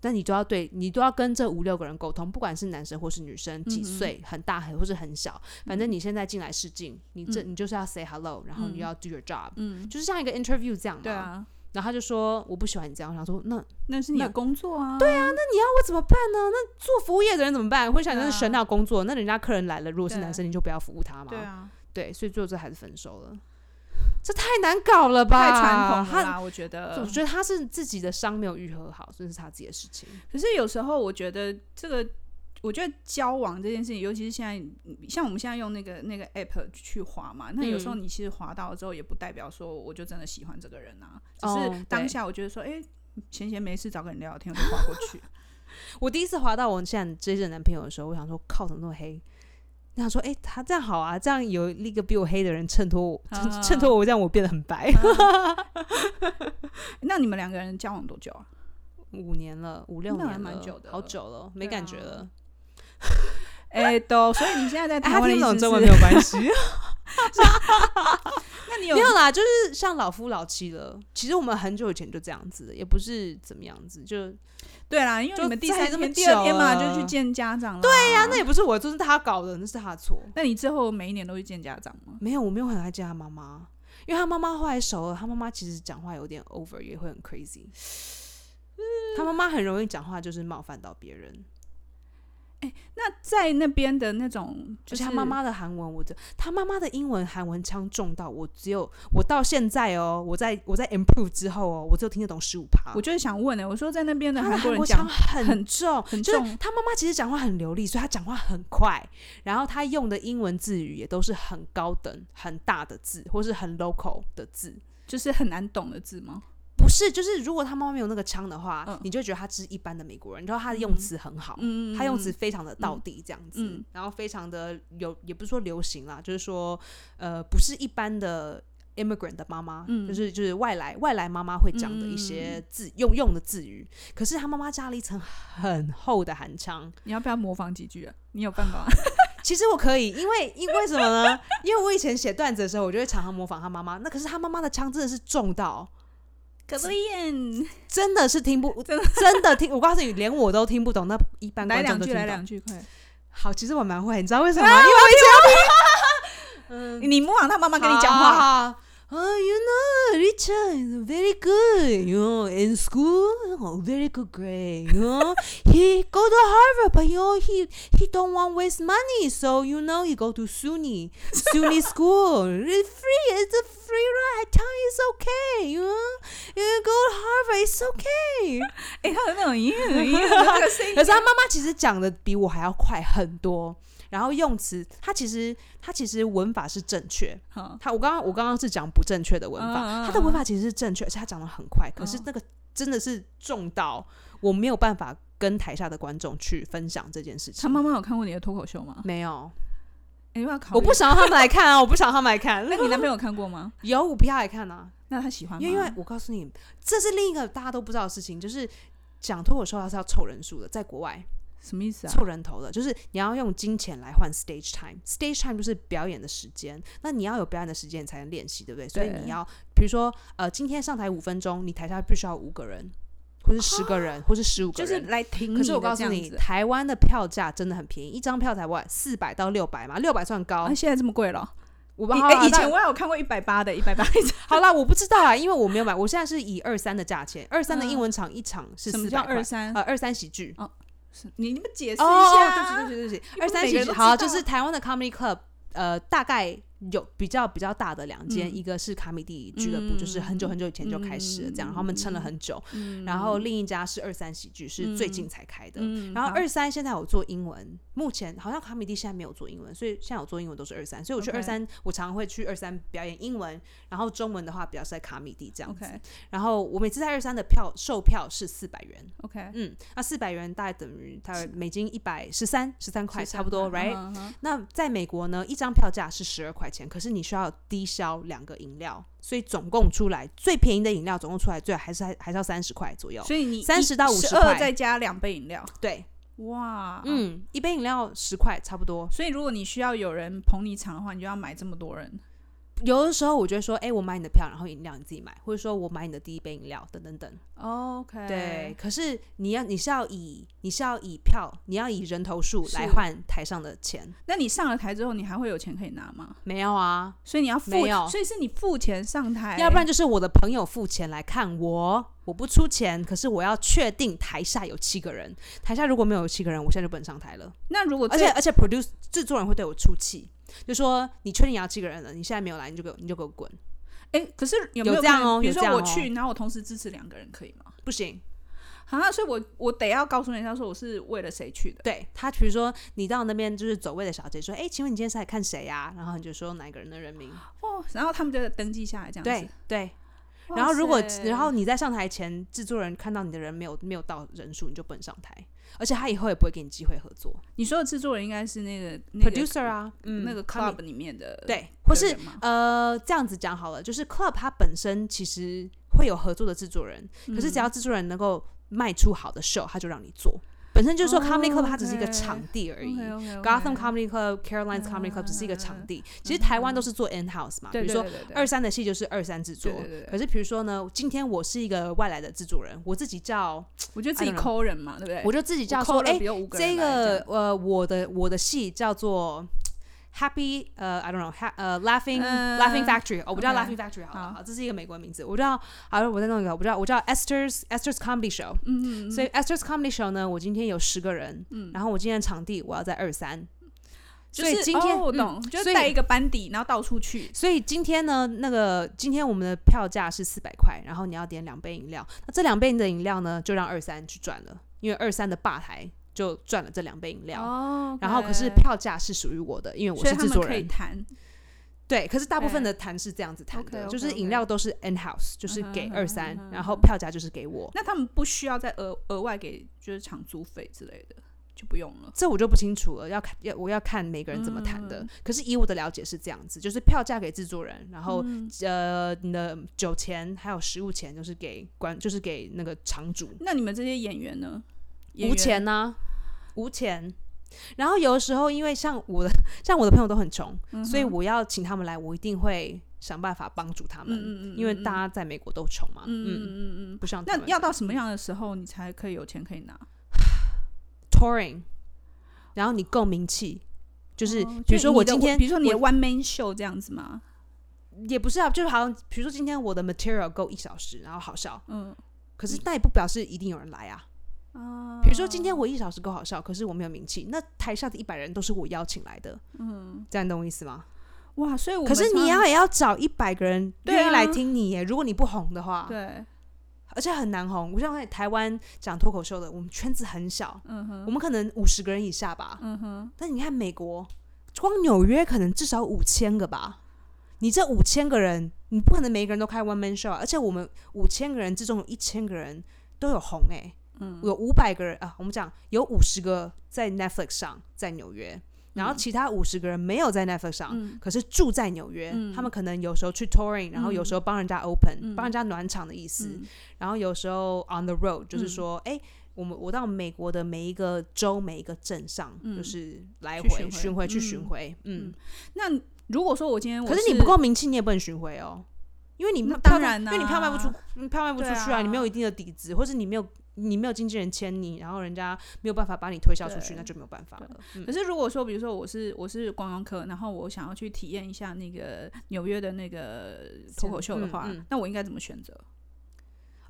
A: 但你都要对你都要跟这五六个人沟通，不管是男生或是女生，几
B: 嗯哼
A: 岁、很大很或是很小，反正你现在进来试镜，你这、你就是要 say hello，然后
B: 嗯
A: 你要 do your job，、
B: 嗯，
A: 就是像一个 interview 这样嘛。
B: 对啊，
A: 然后他就说我不喜欢你这样，我想说那那
B: 那是你的
A: 那
B: 工作啊，对啊，
A: 我怎么办呢？那做服务业的人怎么办？会想那
B: 对啊
A: 是神料工作，那人家客人来了，如果是
B: 对
A: 男生，你就不要服务他嘛。
B: 对啊，
A: 对所以最后这还是分手了，这太难搞了
B: 太
A: 吧？
B: 传统了啦，我觉
A: 他。
B: 得
A: 我。觉得他是自己的伤没有愈合好，这是他自己的事情。
B: 可是有时候我觉得这个，我觉得交往这件事情，尤其是现在，嗯像我们现在用那个那个 app 去滑嘛，那有时
A: 嗯
B: 候你其实滑到了之后，也不代表说我就真的喜欢这个人啊，只
A: 哦
B: 是当
A: 对
B: 下我觉得说，哎、闲闲没事找个人聊聊天，我就滑过
A: [laughs]
B: 去。
A: 我第一次滑到我现在这任男朋友的时候，我想说靠，怎么那么黑？那想说，哎、他这样好啊，这样有一个比我黑的人衬托我，
B: 啊
A: 衬托我，让我变得很白。
B: 那你们两个人交往多久啊？
A: [laughs] 五年了，五六
B: 那还
A: 年了，
B: 蛮久的
A: 好久了，没
B: 对
A: 感
B: 啊
A: 觉了。
B: 哎、都，所以你现在在
A: 哎
B: 台
A: 他
B: 湾的意
A: 听不懂
B: 思
A: 中文
B: 是，
A: 没有关系。
B: [laughs] 那你有
A: 没有啦，就是像老夫老妻了。其实我们很久以前就这样子的，也不是怎么样子，就
B: 对啦，因为
A: 就
B: 你们第
A: 在
B: 三
A: 这么
B: 天、第二
A: 久
B: 天嘛，就
A: 了
B: 去见家长了。对
A: 啊，那也不是我，这是他搞的，那是他的错。
B: 那你之后每一年都去见家长吗？
A: 没有，我没有很爱见他妈妈，因为他妈妈后来熟了，他妈妈其实讲话有点 over，也会很 crazy。他妈妈很容易讲话，就是冒犯到别人。
B: 那在那边的那种，就
A: 就是是他妈妈的韩文，我的他妈妈的英文韩文腔重到我只有我到现在哦，我在我在 improve 之后哦，我只有听得懂十五趴。
B: 我就是想问呢、欸我说在那边的
A: 他的
B: 韩国人
A: 国
B: 讲
A: 腔很重，
B: 很
A: 就是
B: 重
A: 他妈妈其实讲话很流利，所以他讲话很快，然后他用的英文字语也都是很高等、很大的字，或是很 local 的字。
B: 就是很难懂的字吗？
A: 不是，就是如果他妈妈没有那个腔的话，
B: 嗯
A: 你就会觉得他只是一般的美国人。你知道他的用词很好，
B: 嗯，
A: 他用词非常的到地，这样子，
B: 嗯
A: 然后非常的有，也不是说流行啦，就是说，呃，不是一般的 immigrant 的妈妈，
B: 嗯
A: 就是就是外来外来妈妈会讲的一些字、用用的字语，可是他妈妈加了一层很厚的含腔。
B: 你要不要模仿几句、啊？你有办
A: [laughs]
B: 法？
A: 其实我可以，因为因为什么呢？ [laughs] 因为我以前写段子的时候，我就会常常模仿他妈妈，那可是他妈妈的腔真的是重到。
B: 可
A: [laughs]
B: 不演，
A: 真的是听不
B: [laughs] 真
A: 真的听，我告诉你，连我都听不懂。那一般
B: 来
A: 观
B: 两
A: 众都
B: 句，
A: 听
B: 来
A: 不懂
B: 两句，快！
A: 好，其实我蛮会，你知道为什么吗？因为 [laughs]
B: 你模仿他妈妈跟你讲话，
A: Oh, you know, Richard is very good. You know, in school, oh, very good grade. You know, [laughs] he go to Harvard, but you know, he he don't want waste money, so you know, he go to SUNY, SUNY [laughs] school. It's free, it's a free ride. I tell you, it's okay. You know, you go to Harvard, it's okay.
B: [laughs] 哎、他有那种隐隐的隐隐的那个声音 [laughs]
A: 可是他妈妈其实讲的比我还要快很多，然后用词，他其实他其实文法是正确
B: 嗯。
A: 他我刚刚我刚刚是讲不正确的文
B: 嗯嗯
A: 法，
B: 嗯
A: 他的文法其实是正确，而且他讲的很快，可是
B: 嗯
A: 那个真的是重到我没有办法跟台下的观众去分享这件事情。
B: 他妈妈有看过你的脱口秀吗？
A: 没有，
B: 哎要不要考虑
A: 我不想让他们来看啊！ [laughs] 我不想让他们来看。
B: 那你男朋友有看过吗？
A: 有我不要来看啊！
B: 那他喜欢吗？
A: 因为因为我告诉你，这是另一个大家都不知道的事情，就是讲脱口秀它是要凑人数的，在国外。
B: 什么意思啊？
A: 凑人头的，就是你要用金钱来换 stage time。stage time 就是表演的时间，那你要有表演的时间，你才能练习，对不对？所以
B: 对
A: 你要，比如说，呃，今天上台五分钟，你台下必须要五个人，或是十个人，或是十五个
B: 就
A: 人。
B: 是来听你的
A: 可是我告
B: 这
A: 诉
B: 样
A: 你，
B: 子
A: 台湾的票价真的很便宜，一张票才万四百到六百嘛，六百算高
B: 啊，。现在这么贵了？
A: 我
B: 以
A: 好啦
B: 哎以
A: 那
B: 前我有看过一百八的，一
A: [laughs]
B: 百八一张。
A: 好啦，我不知道啊，因为我没有买，我现在是以二三的价钱，二三的
B: 嗯
A: 英文场一场是
B: 什么
A: 四
B: 叫
A: 百块
B: 二，三？
A: 呃，二三喜剧。
B: 是你你们解释一
A: 哦，
B: 下。
A: 对不起，对不起，对不起，
B: 又不
A: 二
B: 是
A: 三
B: 每个人都知
A: 喜剧
B: 道
A: 好，就是台湾的 comedy club，呃，大概有比较比较大的两间，
B: 嗯
A: 一个是卡米蒂俱乐部，就是很久很久以前就开始了，这样，然后他们撑
B: 嗯
A: 了很久，然后另一家是二三喜剧，是最近才开的。
B: 嗯
A: 然后
B: 好
A: 二三现在有做英文，目前好像卡米蒂现在没有做英文，所以现在有做英文都是二三，所以我去
B: OK
A: 二三，我常常会去二三表演英文，然后中文的话比较是在卡米蒂这样子。
B: OK
A: 然后我每次在二三的票售票是四百元，
B: OK，
A: 嗯，那四百元大概等于大概美金一百十三十三块嗯差不多，right？、那
B: 嗯
A: 在美国呢，一张票价是十二块钱，可是你需要低消两个饮料，所以总共出来最便宜的饮料总共出来最还是还还是要三十块左右。
B: 所以你
A: 30到50
B: 二
A: 块
B: 再加两杯饮料，
A: 对，
B: 哇，嗯。
A: 嗯，一杯饮料十块差不多。
B: 所以如果你需要有人捧你场的话，你就要买这么多人。
A: 有的时候我就会说，哎、我买你的票，然后饮料你自己买，或者说我买你的第一杯饮料，等等等。哎
B: OK，
A: 对，，可是你要你是要以你是要以票，你要以人头数来
B: 是
A: 换台上的钱。
B: 那你上了台之后，你还会有钱可以拿吗？
A: 没有啊，
B: 所以你要付
A: 没，有
B: 所以是你付钱上台，
A: 要不然就是我的朋友付钱来看我，我不出钱，可是我要确定台下有七个人，台下如果没有七个人，我现在就不能上台了。
B: 那如果
A: 而
B: 这
A: 且而且，produce 制作人会对我出气，就说你确定你要七个人了，你现在没有来，你就给我你就给我滚，
B: 哎，可是有没
A: 有这样
B: 可能
A: 哦
B: 比如
A: 有
B: 说
A: 这样
B: 我
A: 哦
B: 去，然后我同时支持两个人，可以吗？
A: 不行。
B: 啊，所以我我得要告诉人家说我是为了谁去的。
A: 对他，比如说你到那边就是走位的小姐说，哎、请问你今天是来看谁呀、然后你就说哪个人的人名，
B: 哦，然后他们就登记下来这样子。
A: 对对。
B: 哇塞，
A: 然后如果然后你在上台前，制作人看到你的人没有没有到人数，你就不能上台，而且他以后也不会给你机会合作。
B: 你说的制作人应该是那个、那个
A: producer 啊，嗯，
B: 那个
A: 他们
B: club 里面的
A: 对，或
B: 的
A: 是
B: 人吗
A: 呃，这样子讲好了，就是 club 它本身其实会有合作的制作人，
B: 嗯
A: 可是只要制作人能够卖出好的 show，他就让你做。本身就是说
B: 哦
A: comedy club
B: ，OK
A: 它只是一个场地而已。
B: OK，OK，OK
A: Gotham Comedy Club、Caroline's Comedy Club 只是一个场地，其实台湾都是做 in house 嘛，比
B: 啊嗯对
A: 如
B: 对
A: 说
B: 对对对
A: 二三的戏就是二三制作
B: 对对对。对
A: 可是比如说呢，今天我是一个外来的制作人，我自己叫，
B: 我觉得自己
A: I don't know
B: 抠人嘛，对不对？
A: 我就自己叫
B: 我
A: 说，
B: 抠了
A: 哎
B: 比，如五个人
A: 这
B: 来这
A: 个
B: 样
A: 呃，我的我的戏叫做 Happy 呃，I don't know，ha, 呃，Laughing、
B: 嗯
A: Laughing Factory，、哦、我不叫
B: OK
A: Laughing Factory 好了，
B: 好
A: 好，这是一个美国名字，我叫，好，我再弄一个，我不叫，我叫 Esther's Esther's Comedy Show，、
B: 嗯，嗯嗯
A: 所以 Esther's Comedy Show 呢，我今天有十个人，然后我今天的场地我要在二三，
B: 嗯就
A: 所以
B: 是
A: 今天、
B: 哦我
A: 嗯
B: 懂，就
A: 所以
B: 带一个班底，然后到处去。
A: 所以今天呢，那个今天我们的票价是四百块，然后你要点两杯饮料。那这两杯的饮料呢，就让二三去赚了，因为二三的吧台就赚了这两杯饮料。
B: 哦
A: 啊然后可是票价是属于我的，因为我
B: 所以
A: 是
B: 他
A: 制
B: 们
A: 作
B: 可以
A: 人。
B: 谈，
A: 对，可是大部分
B: 对
A: 的谈是这样子谈的，
B: OK，OK，OK
A: 就是饮料都是 in house，就是给
B: 嗯哼
A: 二三
B: 嗯哼，
A: 然后票价就是给我。
B: 那他们不需要再额额外给就是场租费之类的，就不用了。
A: 这我就不清楚了，要看要我要看每个人怎么谈
B: 嗯
A: 的。可是以我的了解是这样子，就是票价给制作人，然
B: 嗯
A: 后、呃你的酒钱还有食物钱就是给管，就是给那个场主。
B: 那你们这些演员呢？演
A: 无
B: 员
A: 钱呐、无钱。然后有的时候，因为像我的像我的朋友都很穷，
B: 嗯
A: 所以我要请他们来，我一定会想办法帮助他们，
B: 嗯嗯嗯
A: 因为
B: 嗯嗯
A: 大家在美国都穷嘛，
B: 嗯嗯
A: 嗯，
B: 嗯嗯嗯。
A: 不像他
B: 那
A: 们
B: 要到什么样的时候你才可以有钱可以拿？
A: touring 然后你够名气，就是、
B: 哦就
A: 比如说
B: 你
A: 我
B: 的
A: 今天，
B: 比如说你的
A: 我
B: one man show 这样子吗？
A: 也不是啊，就是好像比如说今天我的 material 够一小时，然后好笑，
B: 嗯
A: 可是那也不表示一定有人来啊。
B: 啊，
A: 比如说今天我一小时够好笑，可是我没有名气，那台下的一百人都是我邀请来的，
B: 嗯
A: 这样你懂我意思吗？
B: 哇，所以我
A: 可
B: 们
A: 是你
B: 常
A: 要也要找一百个人
B: 对啊
A: 愿意来听你耶，如果你不红的话，
B: 对，
A: 而且很难红。我想在台湾讲脱口秀的，我们圈子很小，
B: 嗯哼，
A: 我们可能五十个人以下吧。
B: 嗯哼，
A: 但你看美国，光纽约可能至少五千个吧。你这五千个人，你不可能每个人都开 one man show 啊。而且我们五千个人之中有一千个人都有红诶、
B: 嗯
A: 有五百个人啊，我们讲有五十个在 Netflix 上，在纽约，然后其他五十个人没有在 Netflix 上，
B: 嗯
A: 可是住在纽约，
B: 嗯
A: 他们可能有时候去 touring，然后有时候帮人家 open，、帮人家暖场的意思，
B: 嗯
A: 然后有时候 on the road，就是说，哎、我们我到美国的每一个州、每一个镇上，
B: 嗯
A: 就是来
B: 去巡
A: 回
B: 回
A: 巡回去
B: 嗯
A: 巡回，嗯。
B: 那如果说我今天我
A: 可是你不够名气，你也不能巡回哦，因为你
B: 那
A: 票
B: 当然
A: 因为你
B: 啊
A: 票卖不出，你票卖不出去
B: 对
A: 啊，
B: 啊
A: 你没有一定的底子，或者你没有你没有经纪人签你，然后人家没有办法把你推销出去，
B: 对
A: 那就没有办法了。嗯
B: 可是如果说，比如说我是我是观光客，然后我想要去体验一下那个纽约的那个脱口秀的话，
A: 嗯嗯
B: 那我应该怎么选择？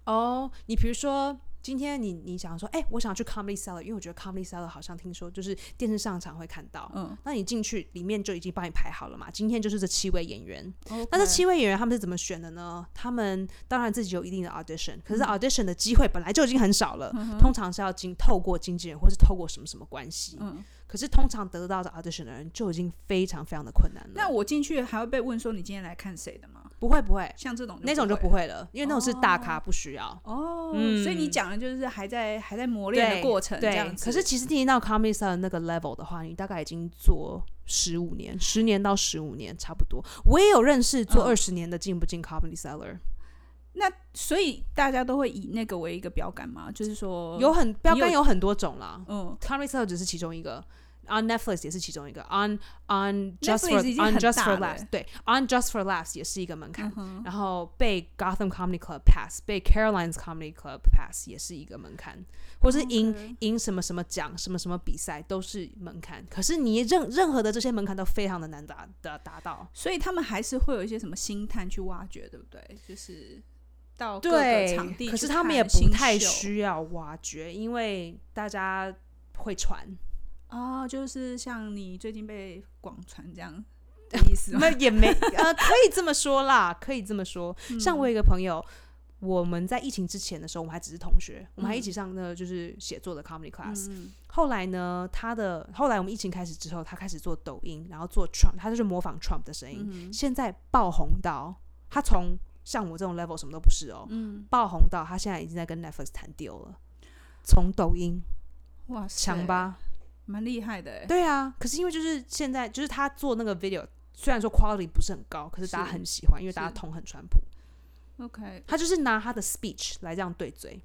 A: 哦，你比如说。今天你你想说，哎、我想去 Comedy Cellar，因为我觉得 Comedy Cellar 好像听说就是电视上常会看到。
B: 嗯，
A: 那你进去里面就已经帮你排好了嘛？今天就是这七位演员，那
B: 但
A: 这
B: 是
A: 七位演员他们是怎么选的呢？他们当然自己有一定的 audition，可是
B: 嗯
A: audition 的机会本来就已经很少了，通常是要经透过经纪人或是透过什么什么关系。
B: 嗯
A: 可是通常得到的 audition 的人就已经非常非常的困难了。
B: 那我进去还会被问说你今天来看谁的吗？
A: 不会不会，
B: 像这种
A: 那种就
B: 不
A: 不
B: 会
A: 会了，因为那种是大咖，不需要。
B: 哦，
A: 嗯
B: 所以你讲的就是还在还在磨练的
A: 对
B: 过程这
A: 对
B: 样，子。
A: 可是其实进到 comedy s t a r 那个 level 的话，你大概已经做十五年，十年到十五年差不多。我也有认识做
B: 嗯
A: 二十年的进不进 comedy seller，、
B: 那所以大家都会以那个为一个标杆吗？就是说
A: 有很标
B: 嗯你有
A: 杆有很多种啦。
B: 嗯
A: Comedy Cellar 只是其中一个，On Netflix 也是其中一个，On On Just for
B: Netflix 已经
A: On
B: 很
A: Just
B: 大
A: for
B: 了欸
A: Laughs 对，On Just for Laughs 也是一个门槛
B: 嗯，哼，
A: 然后被 Gotham Comedy Club pass，被 Caroline's Comedy Club pass 也是一个门槛，或
B: 哦
A: 是赢
B: OK
A: 赢什么什么奖、什么什么比赛都是门槛。可是你任任何的这些门槛都非常的难达的达到。
B: 所以他们还是会有一些什么星探去挖掘，对不对？就是到各个
A: 对
B: 场地，去
A: 可是
B: 看
A: 他们也
B: 新
A: 不太
B: 秀
A: 需要挖掘，因为大家会传。
B: 哦，就是像你最近被广传这样的意思吗？
A: 那也 [laughs] 没呃，可以这么说啦，可以这么说。
B: 嗯
A: 像我有一个朋友，我们在疫情之前的时候，我们还只是同学，我们还一起上那个就是写作的 comedy class。
B: 嗯
A: 后来呢，他的后来我们疫情开始之后，他开始做抖音，然后做 Trump，他就是模仿 Trump 的声音，
B: 嗯
A: 现在爆红到他从像我这种 level 什么都不是哦，
B: 嗯，
A: 爆红到他现在已经在跟 Netflix 谈 deal 了。从抖音
B: 哇塞，
A: 强，吧，
B: 蛮厉害的哎。
A: 对啊，可是因为就是现在，就是他做那个 video，虽然说 quality 不是很高，可是大家
B: 是
A: 很喜欢，因为大家
B: 是
A: 同很川普。
B: OK，
A: 他就是拿他的 speech 来这样对嘴，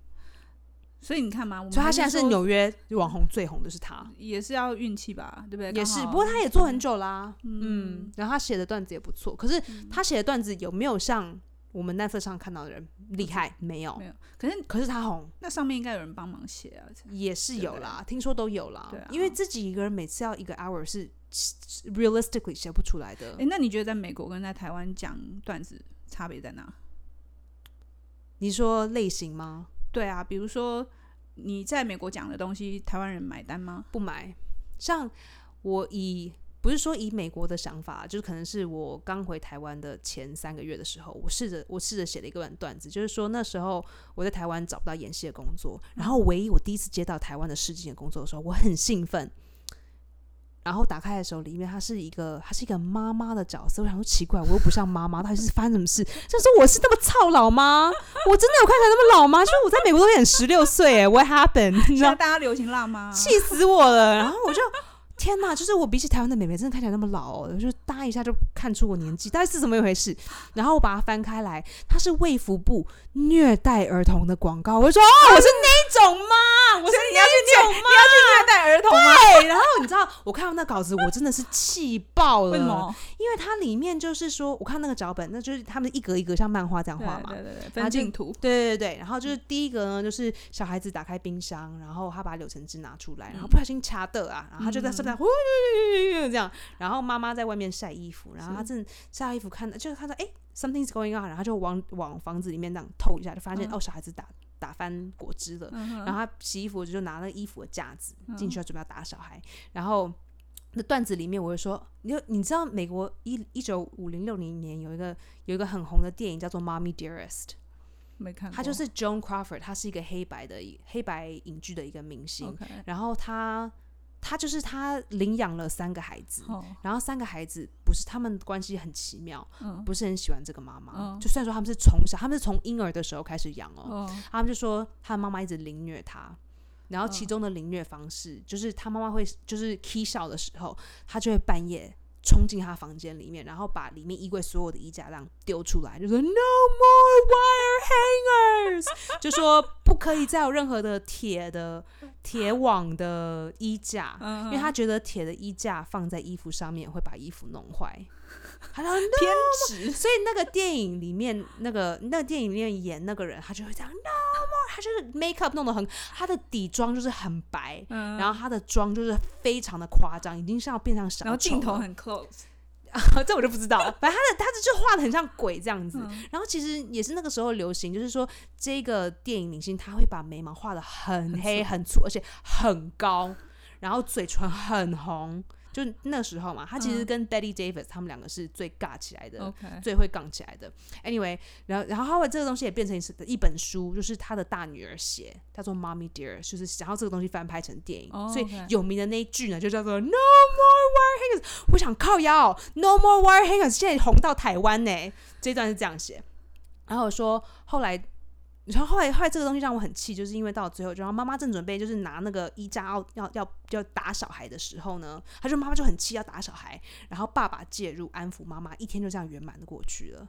B: 所以你看嘛，我们
A: 所以他
B: 还
A: 现在是
B: 说
A: 纽约网红最红的是他，
B: 也是要运气吧，对不对？
A: 也是。
B: 刚好
A: 不过他也做很久啦，
B: 嗯
A: 嗯，然后他写的段子也不错，可是他写的段子有没有像我们 Netflix 上看到的人厉害？没有
B: 没，有，可是
A: 可是他红。
B: 那上面应该有人帮忙写啊。
A: 也是有啦，听说都有啦
B: 对啊，
A: 因为自己一个人每次要一个 hour 是是 realistically 写不出来的
B: 哎，。那你觉得在美国跟在台湾讲段子差别在哪？
A: 你说类型吗？
B: 对啊，比如说你在美国讲的东西，台湾人买单 [laughs] 吗？
A: 不买。像我以不是说以美国的想法，啊就是可能是我刚回台湾的前三个月的时候，我试着我试着写了一个段段子，就是说那时候我在台湾找不到演戏的工作，然后唯一我第一次接到台湾的试镜的工作的时候，我很兴奋。然后打开的时候，里面它是一个，它是一个妈妈的角色。我想说奇怪，我又不像妈妈，到底是发生什么事？ [laughs] 想说我是那么操老吗？我真的有看起来那么老吗？就是我在美国都演十六岁，哎，What happened？你知
B: 现
A: 道
B: 在大家流行辣妈啊，
A: 气死我了！然后我就天哪，就是我比起台湾的美眉，真的看起来那么老、哦，就是搭一下就看出我年纪，到底是怎么一回事？然后我把它翻开来，它是卫福部虐待儿童的广告，我就说哦，我是那种吗？我是
B: 你要去虐
A: 那种吗？
B: 虐待儿童 [laughs] 吗？
A: 对，然后你知道，我看到那稿子，我真的是气爆了。
B: 为什？么？
A: 因为它里面就是说，我看那个脚本，那就是他们一格一格像漫画这样
B: 对
A: 画嘛。
B: 对对对，
A: 然后
B: 分
A: 就
B: 镜图。
A: 对对对，然后就是
B: 嗯
A: 第一个呢，就是小孩子打开冰箱，然后他把柳橙汁拿出
B: 嗯
A: 来，然后不小心卡的啊，然后他就在上面呼这样，然后妈妈在外面晒衣服，然后他正晒到衣服看到，就是看到哎、something's going on，然后他就往往房子里面那样透一下，就发现、
B: 嗯
A: 哦小孩子打打翻果汁了，
B: 嗯哼嗯
A: 然后他洗衣服就拿那个衣服的架子进去，要准备要打小孩，然后。那段子里面，我就说，你就你知道美国一一九五零六零年有一个有一个很红的电影叫做《Mommy Dearest》，
B: 没看过，
A: 她就是 Joan Crawford，她是一个黑白的一黑白影剧的一个明星。
B: OK，
A: 然后她她就是她领养了三个孩子，
B: 哦，
A: 然后三个孩子不是他们关系很奇妙，
B: 嗯
A: 不是很喜欢这个妈妈。
B: 嗯
A: 就虽然说他们是从小，他们是从婴儿的时候开始养哦，
B: 哦，
A: 他们就说他的妈妈一直凌虐他。然后其中的凌虐方式、就是他妈妈会就是踢笑的时候，他就会半夜冲进他房间里面，然后把里面衣柜所有的衣架这样丢出来，就说 [laughs] “No more wire hangers”，就说不可以再有任何的铁的铁网的衣架，
B: 嗯
A: 因为他觉得铁的衣架放在衣服上面会把衣服弄 [laughs] 坏。他说
B: 偏执，
A: [laughs] 所以那个电影里面，那个那个电影里面演那个人，他就会这样 no more，他就是 make up 弄得很，他的底妆就是很白，
B: 嗯
A: 然后他的妆就是非常的夸张，已经像要变成小丑
B: 然后镜头
A: 了，
B: 很 close，
A: 这我就不知道了，反正他的他的就画的很像鬼这样子。然后其实也是那个时候流行，就是说这个电影明星他会把眉毛画的很黑很粗，而且很高，然后嘴唇很红。就那时候嘛，他其实
B: 嗯
A: 跟 Betty Davis 他们两个是最尬起来的
B: OK，
A: 最会杠起来的。Anyway，然后然后后来这个东西也变成是一本书，就是他的大女儿写，叫做《Mommy Dear》，就是想要这个东西翻拍成电影。
B: 哦
A: 所以
B: OK
A: 有名的那一句呢，就叫做 “No more wire hangers”。我想靠腰，“No 哦 more wire hangers” 现在红到台湾呢。这一段是这样写，然后我说后来。然后后来，后来这个东西让我很气，就是因为到最后，然后妈妈正准备就是拿那个衣架要要要要打小孩的时候呢，她就妈妈就很气要打小孩，然后爸爸介入安抚妈妈，一天就这样圆满的过去了。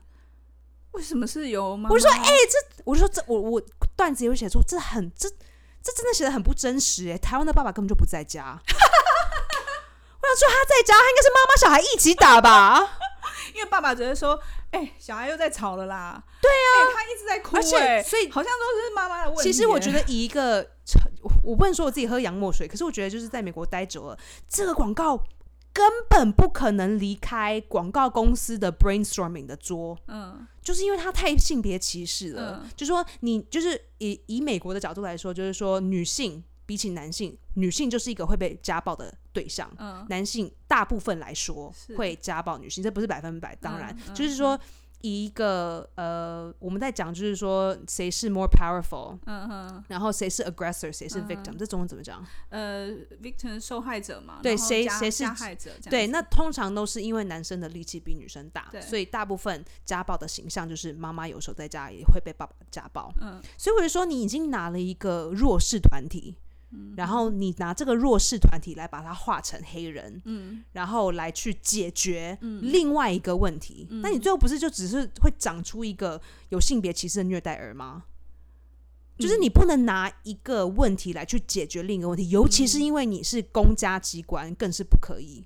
B: 为什么是由妈妈？
A: 我就说，哎、这我就说这我我段子也有写说这很这这真的写的很不真实哎、台湾的爸爸根本就不在家。 [laughs] 我想说他在家，他应该是妈妈小孩一起
B: [laughs]
A: 打吧，
B: 因为爸爸只是说，哎、小孩又在吵了啦，对呀、他一直在哭、
A: 啊而且
B: 哎
A: 所以
B: 好像都是妈妈的问题、
A: 其实我
B: 哎
A: 觉得以一个，我我不能说我自己喝洋墨水，可是我觉得就是在美国待久了，这个广告根本不可能离开广告公司的 brainstorming 的桌，
B: 嗯
A: 就是因为它太性别歧视了。
B: 嗯
A: 就说你就是以以美国的角度来说，就是说女性比起男性，女性就是一个会被家暴的对象。
B: 嗯
A: 男性大部分来说
B: 是
A: 会家暴女性，这不是百分百，当然、
B: 嗯
A: 就是说以一个呃，我们在讲就是说谁是 more powerful，
B: 嗯嗯
A: 然后谁是 aggressor，谁是 victim，、这中文怎么讲？
B: 呃，victim 受害者嘛，
A: 对
B: 然后
A: 谁
B: 加
A: 谁是
B: 加害者这样子？
A: 对，那通常都是因为男生的力气比女生大
B: 对，
A: 所以大部分家暴的形象就是妈妈有时候在家也会被爸爸家暴。
B: 嗯
A: 所以我就说，你已经拿了一个弱势团体，
B: 嗯
A: 然后你拿这个弱势团体来把它化成黑人，
B: 嗯
A: 然后来去解决另外一个问题，那你最后不是就只是会长出一个有性别歧视的虐待儿吗？就是你不能拿一个问题来去解决另一个问题，尤其是因为你是公家机关，更是不可以，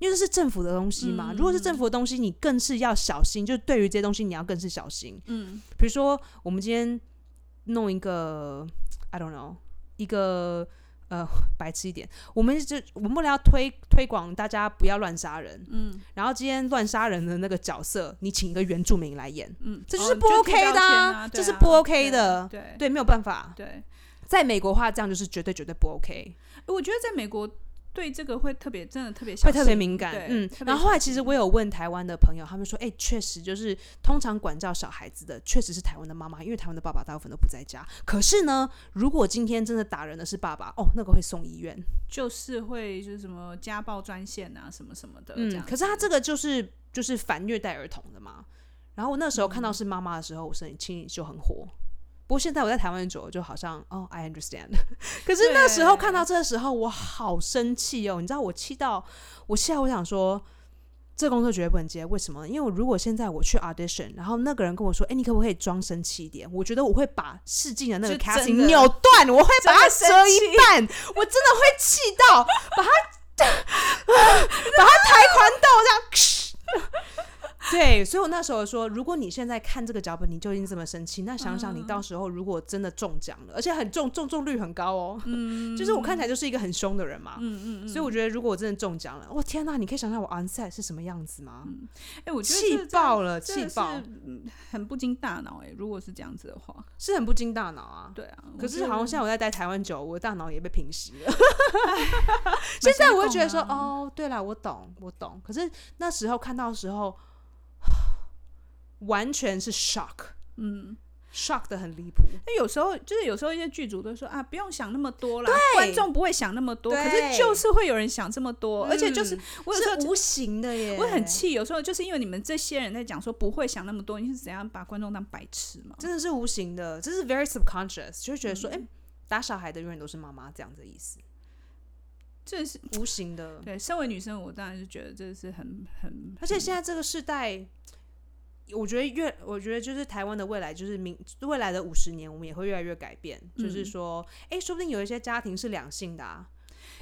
A: 因为这是政府的东西嘛。如果是政府的东西，你更是要小心，就是对于这些东西你要更是小心。
B: 嗯
A: 比如说，我们今天弄一个，I don't know，一个呃， [laughs] 白痴一点，我们就我们为了要推推广大家不要乱杀人，
B: 嗯
A: 然后今天乱杀人的那个角色，你请一个原住民来演，
B: 嗯，
A: 这就
B: 哦
A: 是不
B: 贴
A: OK 的
B: 标
A: 啊
B: 签啊，
A: 这
B: 对啊
A: 是不 OK
B: 对
A: 的
B: 对
A: 哦对，没有办法，
B: 对。
A: 在美国话这样就是绝对绝对不 OK，
B: 我觉得在美国对这个会特别，真的特别小
A: 会
B: 心，
A: 特别敏感
B: 对，
A: 嗯
B: 特。别
A: 然后后来
B: 小
A: 其实
B: 心
A: 我有问台湾的朋友，他们说，哎、确实就是通常管教小孩子的确实是台湾的妈妈，因为台湾的爸爸大部分都不在家。可是呢，如果今天真的打人的是爸爸，哦，那个会送医院。
B: 就是会就是什么家暴专线啊，什么什么的这
A: 嗯，
B: 样。
A: 可是他这个就是
B: 嗯
A: 就是反虐待儿童的嘛。然后我那时候看到是妈妈的时候，我心里心里就很火，不过现在我在台湾久了，就好像哦，I understand。可 [laughs] 是那时候看到这个时候，我好生气哦！你知道，我气到我现在我想说，这工作绝对不能接。为什么？因为我如果现在我去 audition，然后那个人跟我说：“哎，你可不可以装生气一点？”我觉得我会把试镜的那个
B: 就真
A: casting
B: 的
A: 扭断，我会把它
B: 真的
A: 折
B: 生
A: 一
B: 气
A: 半，我真的会气到把它把它跆拳道这样。 [laughs] 对，所以我那时候说，如果你现在看这个脚本，你就已经这么生气，那想
B: 嗯
A: 想你到时候如果真的中奖了，而且很中中中率很高哦， [laughs] 就是我
B: 嗯
A: 看起来就是一个很凶的人嘛，嗯嗯所以我觉得如果我真的中奖了，我、天哪，你可以想象我 on set 是什么样子吗？
B: 哎，我觉得
A: 气
B: 这
A: 爆了，
B: 这
A: 气
B: 个
A: 爆，
B: 是嗯很不经大脑哎、如果是这样子的话，
A: 是很不经大脑啊。
B: 对啊。
A: 可
B: 我觉
A: 是
B: 得
A: 好像现在我在待台湾久，我的大脑也被平息
B: [laughs]
A: 了。现在我会觉得说，哦，对了，我懂，我懂。可是那时候看到的时候，完全是 shock，
B: 嗯，
A: shock 的很离谱。
B: 那有时候就是有时候一些剧组都说啊，不用想那么多啦，观众不会想那么多，可
A: 对
B: 是就是会有人想这么多，而且就是
A: 嗯
B: 我有时候
A: 是无形的耶，
B: 我很，气，有时候就是因为你们这些人在讲说不会想那么多，你是怎样把观众当白痴吗？
A: 真的是无形的，这是 very subconscious，就会
B: 嗯
A: 觉得说，哎、打小孩的永远都是妈妈这样子的意思，
B: 这是
A: 无形的。
B: 对，身为女生，我当然是觉得这是很很，
A: 而且现在这个世代，我觉得越，我觉得就是台湾的未来，就是明未来的五十年，我们也会越来越改变。就是
B: 嗯
A: 说，哎、说不定有一些家庭是两性的啊，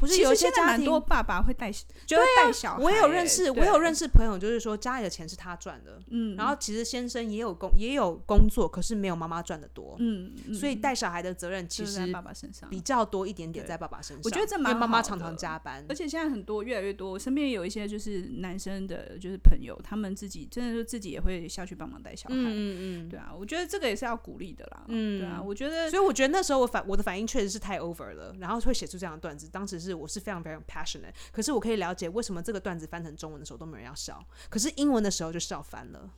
A: 不是
B: 其
A: 有
B: 实
A: 一些
B: 现在
A: 家
B: 蛮
A: 庭啊
B: 多爸爸会带，就是带小孩、
A: 我也有认识，我有认
B: 识，
A: 识朋友，就是说家里的钱是他赚的，
B: 嗯，
A: 然后其实先生也有工也有工作，可是没有妈妈赚的多，
B: 嗯，嗯
A: 所以带小孩的责任
B: 就
A: 其
B: 是在
A: 实
B: 爸爸身上
A: 比较多一点点
B: 对
A: 在爸爸身上。
B: 我觉得这
A: 因
B: 蛮
A: 为妈妈
B: 好
A: 常常
B: 的
A: 加班，
B: 而且现在很多越来越多，我身边有一些就是男生的，就是朋友，他们自己真的是自己也会下去帮忙带小孩，
A: 嗯嗯
B: 对啊，我觉得这个也是要鼓励的啦，
A: 嗯
B: 对啊，我觉
A: 嗯，
B: 得
A: 所以我觉得那时候我反我的反应确实是太 over 了，然后会写出这样的段子。当时是我是非常非常 passionate，可是我可以了解为什么这个段子翻成中文的时候都没有人要笑，可是英文的时候就笑翻了。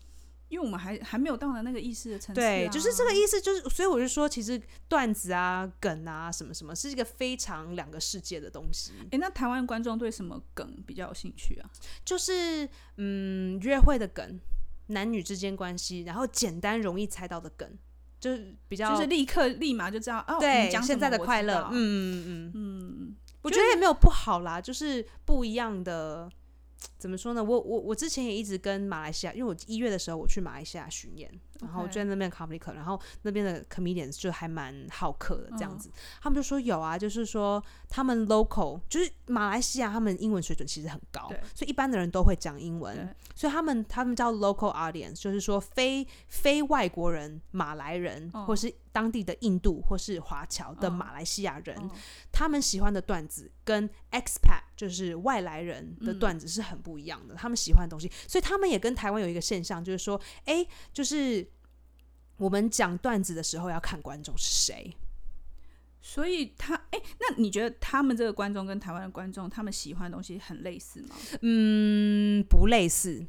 B: 因为我们还还没有到达那个意识的层次、啊，
A: 对，就是这个意思，就是所以我就说，其实段子啊、梗啊、什么什么，是一个非常两个世界的东西。
B: 哎、那台湾观众对什么梗比较有兴趣啊？
A: 就是嗯，约会的梗，男女之间关系，然后简单容易猜到的梗，就是比较
B: 就是立刻立马就知道哦，
A: 对
B: 你讲什
A: 现在
B: 么
A: 的
B: 我
A: 快
B: 知
A: 乐
B: 道，
A: 嗯嗯嗯，
B: 嗯，
A: 我觉得也没有不好啦，就是不一样的。怎么说呢？我我我之前也一直跟马来西亚，因为我一月的时候我去马来西亚巡演，然后
B: OK
A: 就在那边的 comedy club，然后那边的 comedians 就还蛮好客的
B: 嗯
A: 这样子，他们就说有啊，就是说他们 local 就是马来西亚，他们英文水准其实很高
B: 对，
A: 所以一般的人都会讲英文
B: 对，
A: 所以他们他们叫 local audience，就是说非非外国人、马来人、
B: 嗯
A: 或是当地的印度或是华侨的
B: 嗯
A: 马来西亚人，
B: 嗯
A: 他们喜欢的段子跟 expat 就是外来人的段子是很不一样的，他们喜欢的东西，所以他们也跟台湾有一个现象，就是说，哎、就是我们讲段子的时候要看观众是谁，
B: 所以他哎、那你觉得他们这个观众跟台湾的观众，他们喜欢的东西很类似吗？
A: 嗯，不类似。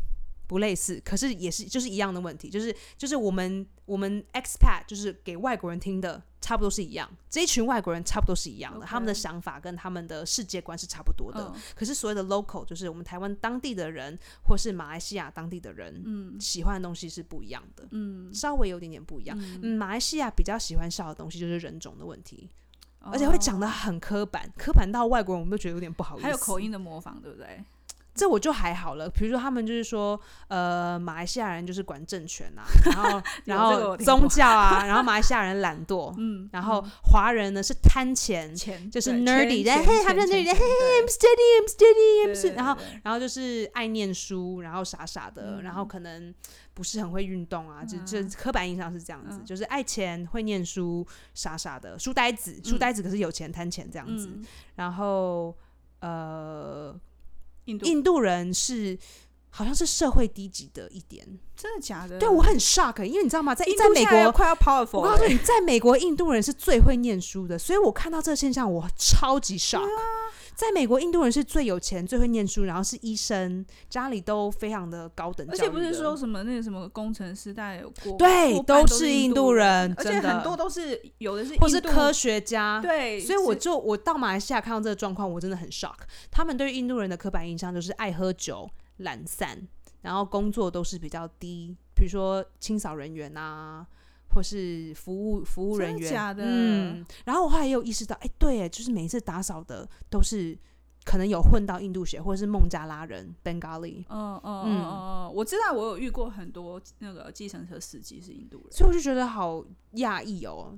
A: 不类似，可是也是就是一样的问题，就是就是我们我们 expat 就是给外国人听的，差不多是一样，这一群外国人差不多是一样的
B: OK
A: 他们的想法跟他们的世界观是差不多的，
B: 嗯
A: 可是所谓的 local 就是我们台湾当地的人，或是马来西亚当地的人，
B: 嗯
A: 喜欢的东西是不一样的，
B: 嗯，
A: 稍微有点点不一样。
B: 嗯
A: 嗯，马来西亚比较喜欢笑的东西就是人种的问题，
B: 哦
A: 而且会讲的很刻板，刻板到外国人我们都觉得有点不好意思。
B: 还有口，音的模仿，对不对？
A: 这我就还好了。比如说他们就是说，呃，马来西亚人就是管政权啊，
B: [laughs]
A: 然后然
B: 这个
A: 后
B: 我听过
A: 宗教啊，然后马来西亚人懒
B: [laughs]
A: 惰，
B: 嗯，
A: 然后华人呢是
B: [laughs]
A: 贪钱，
B: 钱
A: 就是
B: 对
A: nerdy
B: 钱
A: 的
B: 钱
A: 嘿他们
B: 钱
A: 在那里
B: 钱对
A: I'm steady, I'm steady, I'm
B: 对
A: steady，然后
B: 对对
A: 然后就是爱念书，然后傻傻的，
B: 嗯
A: 然后可能不是很会运动啊，就
B: 嗯
A: 就刻板印象是这样子，
B: 嗯
A: 就是爱钱、会念书、傻傻的书呆子，书呆子可是有钱贪钱这样子。
B: 嗯，
A: 然后呃，
B: 印度
A: 印度人是。好像是社会低级的一点，
B: 真的假的？
A: 对我很 shock，因为欸你知道吗，在
B: 嗯印
A: 在
B: 度
A: 美
B: 现在
A: 国，
B: 快要欸
A: 我
B: powerful，
A: 告
B: 了
A: 诉你，在美国印度人是最会念书的，所以我看到这个现象，我超级
B: 啊
A: shock。在美国，印度人是最有钱、最会念书，然后是医生，家里都非常的高等教
B: 而
A: 育的，
B: 且不是说什么那个什么工程师，大概有过
A: 对
B: 过半
A: 都
B: 都
A: 是印
B: 印
A: 度人
B: 人，而且
A: 真的
B: 很多都是有的是
A: 或是
B: 印度
A: 科学家。
B: 对，
A: 所以我
B: 是
A: 就我到马来西亚看到这个状况，我真的很 shock。他们对印度人的刻板印象就是爱喝酒、懒散，然后工作都是比较低，比如说清扫人员啊，或是服务服务人
B: 真的
A: 员。
B: 假的
A: 嗯，然后我后来也有意识到，哎、对，哎，就是每一次打扫的都是可能有混到印度血或者是孟加拉人 Bengali，
B: 嗯嗯嗯
A: 嗯
B: 嗯嗯，我知道，我有遇过很多那个计程车司机是印度人，
A: 所以我就觉得好讶异哦。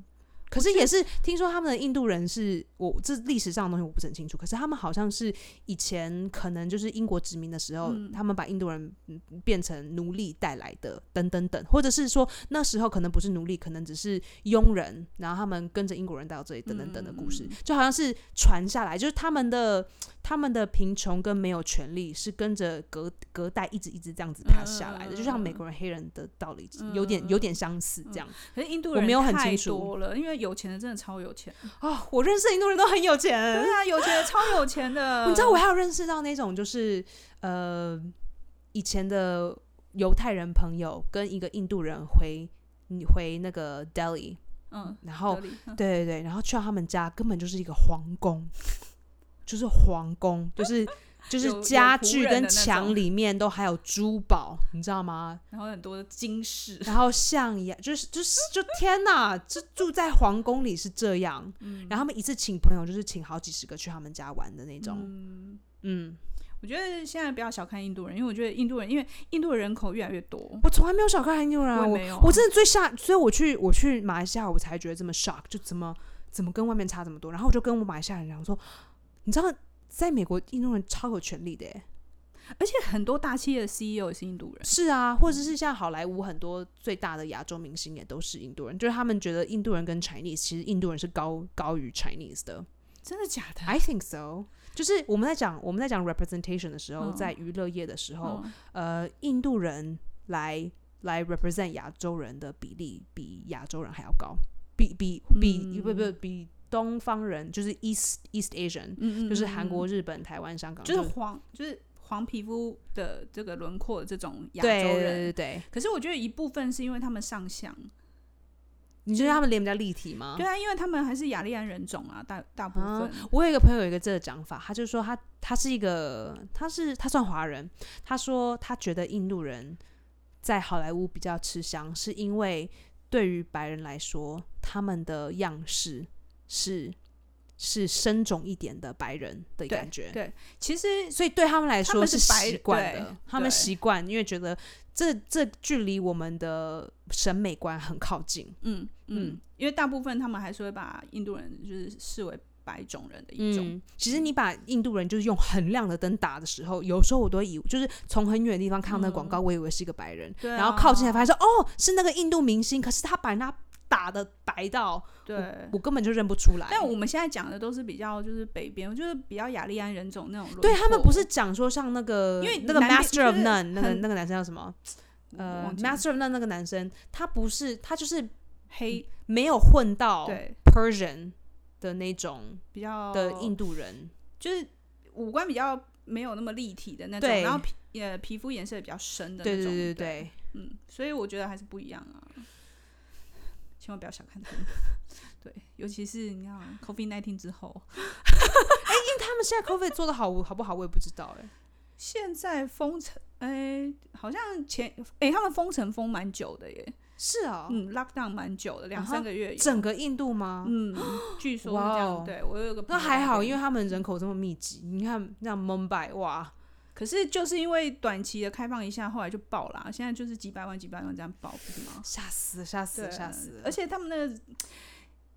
A: 可是也是听说他们的印度人是我这历史上的东西我不是很清楚，可是他们好像是以前可能就是英国殖民的时候，
B: 嗯
A: 他们把印度人嗯变成奴隶带来的，等等等，或者是说那时候可能不是奴隶，可能只是佣人，然后他们跟着英国人到这里，等等等的故事，
B: 嗯
A: 就好像是传下来，就是他们的他们的贫穷跟没有权利是跟着隔隔代一直一直这样子 pass 下来的，
B: 嗯
A: 就像美国人黑人的道理有点有点相似这样。
B: 可是印度
A: 我
B: 人
A: 没有很
B: 太
A: 清楚
B: 多了，因为有钱的真的超有钱，
A: 哦，我认识的印度人都很有钱
B: 对，啊，有钱的超有钱的，
A: 你知道我还有认识到那种就是呃以前的犹太人朋友跟一个印度人回你回那个 Delhi，
B: 嗯，
A: 然后
B: 合理嗯
A: 对对对，然后去到他们家根本就是一个皇宫， [laughs] 就是皇宫，就是就
B: 有
A: 是
B: 有
A: 家
B: 仆
A: 具
B: 人
A: 跟
B: 的那
A: 墙
B: 种
A: 里面都还有珠宝，你知道吗？
B: 然后很多的金饰，
A: 然后象牙，就是就是就天哪，这住在皇宫里是这样。
B: 嗯
A: 然后他们一次请朋友就是请好几十个去他们家玩的那种，
B: 嗯，
A: 嗯，
B: 我觉得现在不要小看印度人，因为我觉得印度人，因为印度的人口越来越多，
A: 我从来没有小看印度人啊，
B: 我也
A: 我
B: 没有
A: 我真的最吓，所以我去我去马来西亚，我才觉得这么 shock，就怎么怎么跟外面差这么多。然后我就跟我马来西亚人讲说，你知道在美国印度人超有权利的耶，
B: 而且很多大企业的 CEO 也是印度人，
A: 是啊，或者是像好莱坞很多最大的亚洲明星也都是印度人，就是他们觉得印度人跟 Chinese，其实印度人是高高于 Chinese 的。
B: 真的假的？
A: I think so。就是我们在讲我们在讲 representation 的时候，
B: 嗯
A: 在娱乐业的时候，
B: 嗯
A: 呃，印度人来来 represent 亚洲人的比例比亚洲人还要高，比比比、
B: 嗯
A: 不不比东方人就是 East East Asian，、
B: 嗯嗯
A: 就是
B: 嗯
A: 韩
B: 嗯
A: 国、日本、台湾、香港，
B: 就是黄，就是黄皮肤的这个轮廓的这种亚
A: 对对
B: 洲
A: 对
B: 人。
A: 对对，
B: 可是我觉得一部分是因为他们上相，
A: 你觉得他们脸比较立体吗？
B: 对啊，因为他们还是雅利安人种啊，大大部分
A: 啊。我有一个朋友有一个这个讲法，他就说他他是一个他是他算华人，他说他觉得印度人在好莱坞比较吃香，是因为对于白人来说，他们的样式是是深种一点的白人的感觉，
B: 对，其实
A: 所以对他们来
B: 他
A: 说
B: 们是白人
A: 习惯的
B: 对，
A: 他们
B: 对
A: 习惯，因为觉得这这距离我们的审美观很靠近，
B: 嗯嗯
A: 嗯，
B: 因为大部分他们还是会把印度人就是视为白种人的一种。
A: 嗯，其实你把印度人就是用很亮的灯打的时候，有时候我都会以就是从很远的地方看到那个广告，我以为是一个白人，
B: 嗯对啊
A: 然后靠近才发现说哦是那个印度明星，可是他把人家打的白到
B: 对。
A: 我根本就认不出来。
B: 但我们现在讲的都是比较就是北边，就是比较雅利安人种那种轮廓。
A: 对他们不是讲说像那个
B: 因为
A: 那个
B: 南边
A: Master of
B: 就是
A: None 那个
B: 很
A: 那个男生叫什么？
B: 我
A: 呃
B: 忘记了
A: ，Master of None 那个男生，他不是他就是
B: 黑，
A: 没有混到
B: 对，哦
A: Persian 的那种
B: 比较
A: 的印度人，
B: 就是五官比较没有那么立体的那种，
A: 对
B: 然后皮呃皮肤颜色也比较深的那
A: 对对
B: 种，
A: 对对
B: 不
A: 对。
B: 嗯，所以我觉得还是不一样啊，千万不要小看他们， [laughs] 对，尤其是你看啊 COVID nineteen 之后，
A: 他们现在 COVID 做的好好不好，我也不知道哎、
B: 现在封城，哎、好像前哎、他们封城封蛮久的耶，
A: 是啊、
B: 嗯，lockdown 蛮久的，两
A: 啊哈
B: 三个月有，
A: 整个印度吗？
B: 嗯，据说是这
A: 哇
B: 样，
A: 哦
B: 对我有个朋
A: 那
B: 友
A: 还好，因为
B: 为
A: 他们人口这么密集。你看，那 Mumbai 哇，
B: 可是就是因为短期的开放一下，后来就爆啦，现在就是几百万几百万这样爆，不是吗？
A: 吓死了，吓死
B: 对，
A: 了，吓死了！
B: 而且他们那个，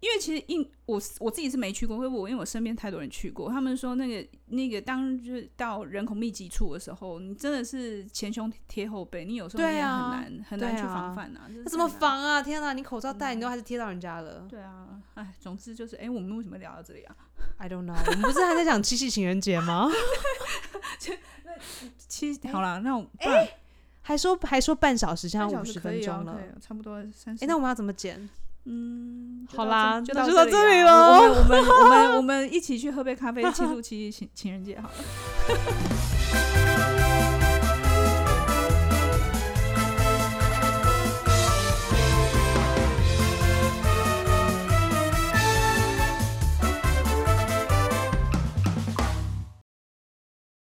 B: 因为其实印我我自己是没去过，因为我因为我身边太多人去过，他们说那个那个当就是到人口密集处的时候，你真的是前胸贴后背，你有时候你
A: 对
B: 也很
A: 啊
B: 难、很难
A: 对
B: 去
A: 啊
B: 防范啊，这
A: 那怎么
B: 很难？
A: 防啊？天哪，你口罩戴，
B: 嗯
A: 你都还是贴到人家了。
B: 对啊，哎，总之就是，哎、我们为什么聊到这里啊？
A: I don't know，我们不是还在讲七夕情人节吗？ [laughs]
B: 其实好了，那我不然
A: 还说还说半小时，现在
B: 半小
A: 五
B: 时
A: 十
B: 可
A: 分
B: 以啊
A: 钟了。
B: 可以啊差不多三十。
A: 哎，那我们要怎么剪？
B: 嗯，就
A: 好
B: 到
A: 啦
B: 这
A: 那
B: 就
A: 就到
B: 这
A: 这里
B: 啊
A: 咯 [laughs]
B: 我们我们我们我们一起去喝杯咖啡，庆祝七夕情情人节好了。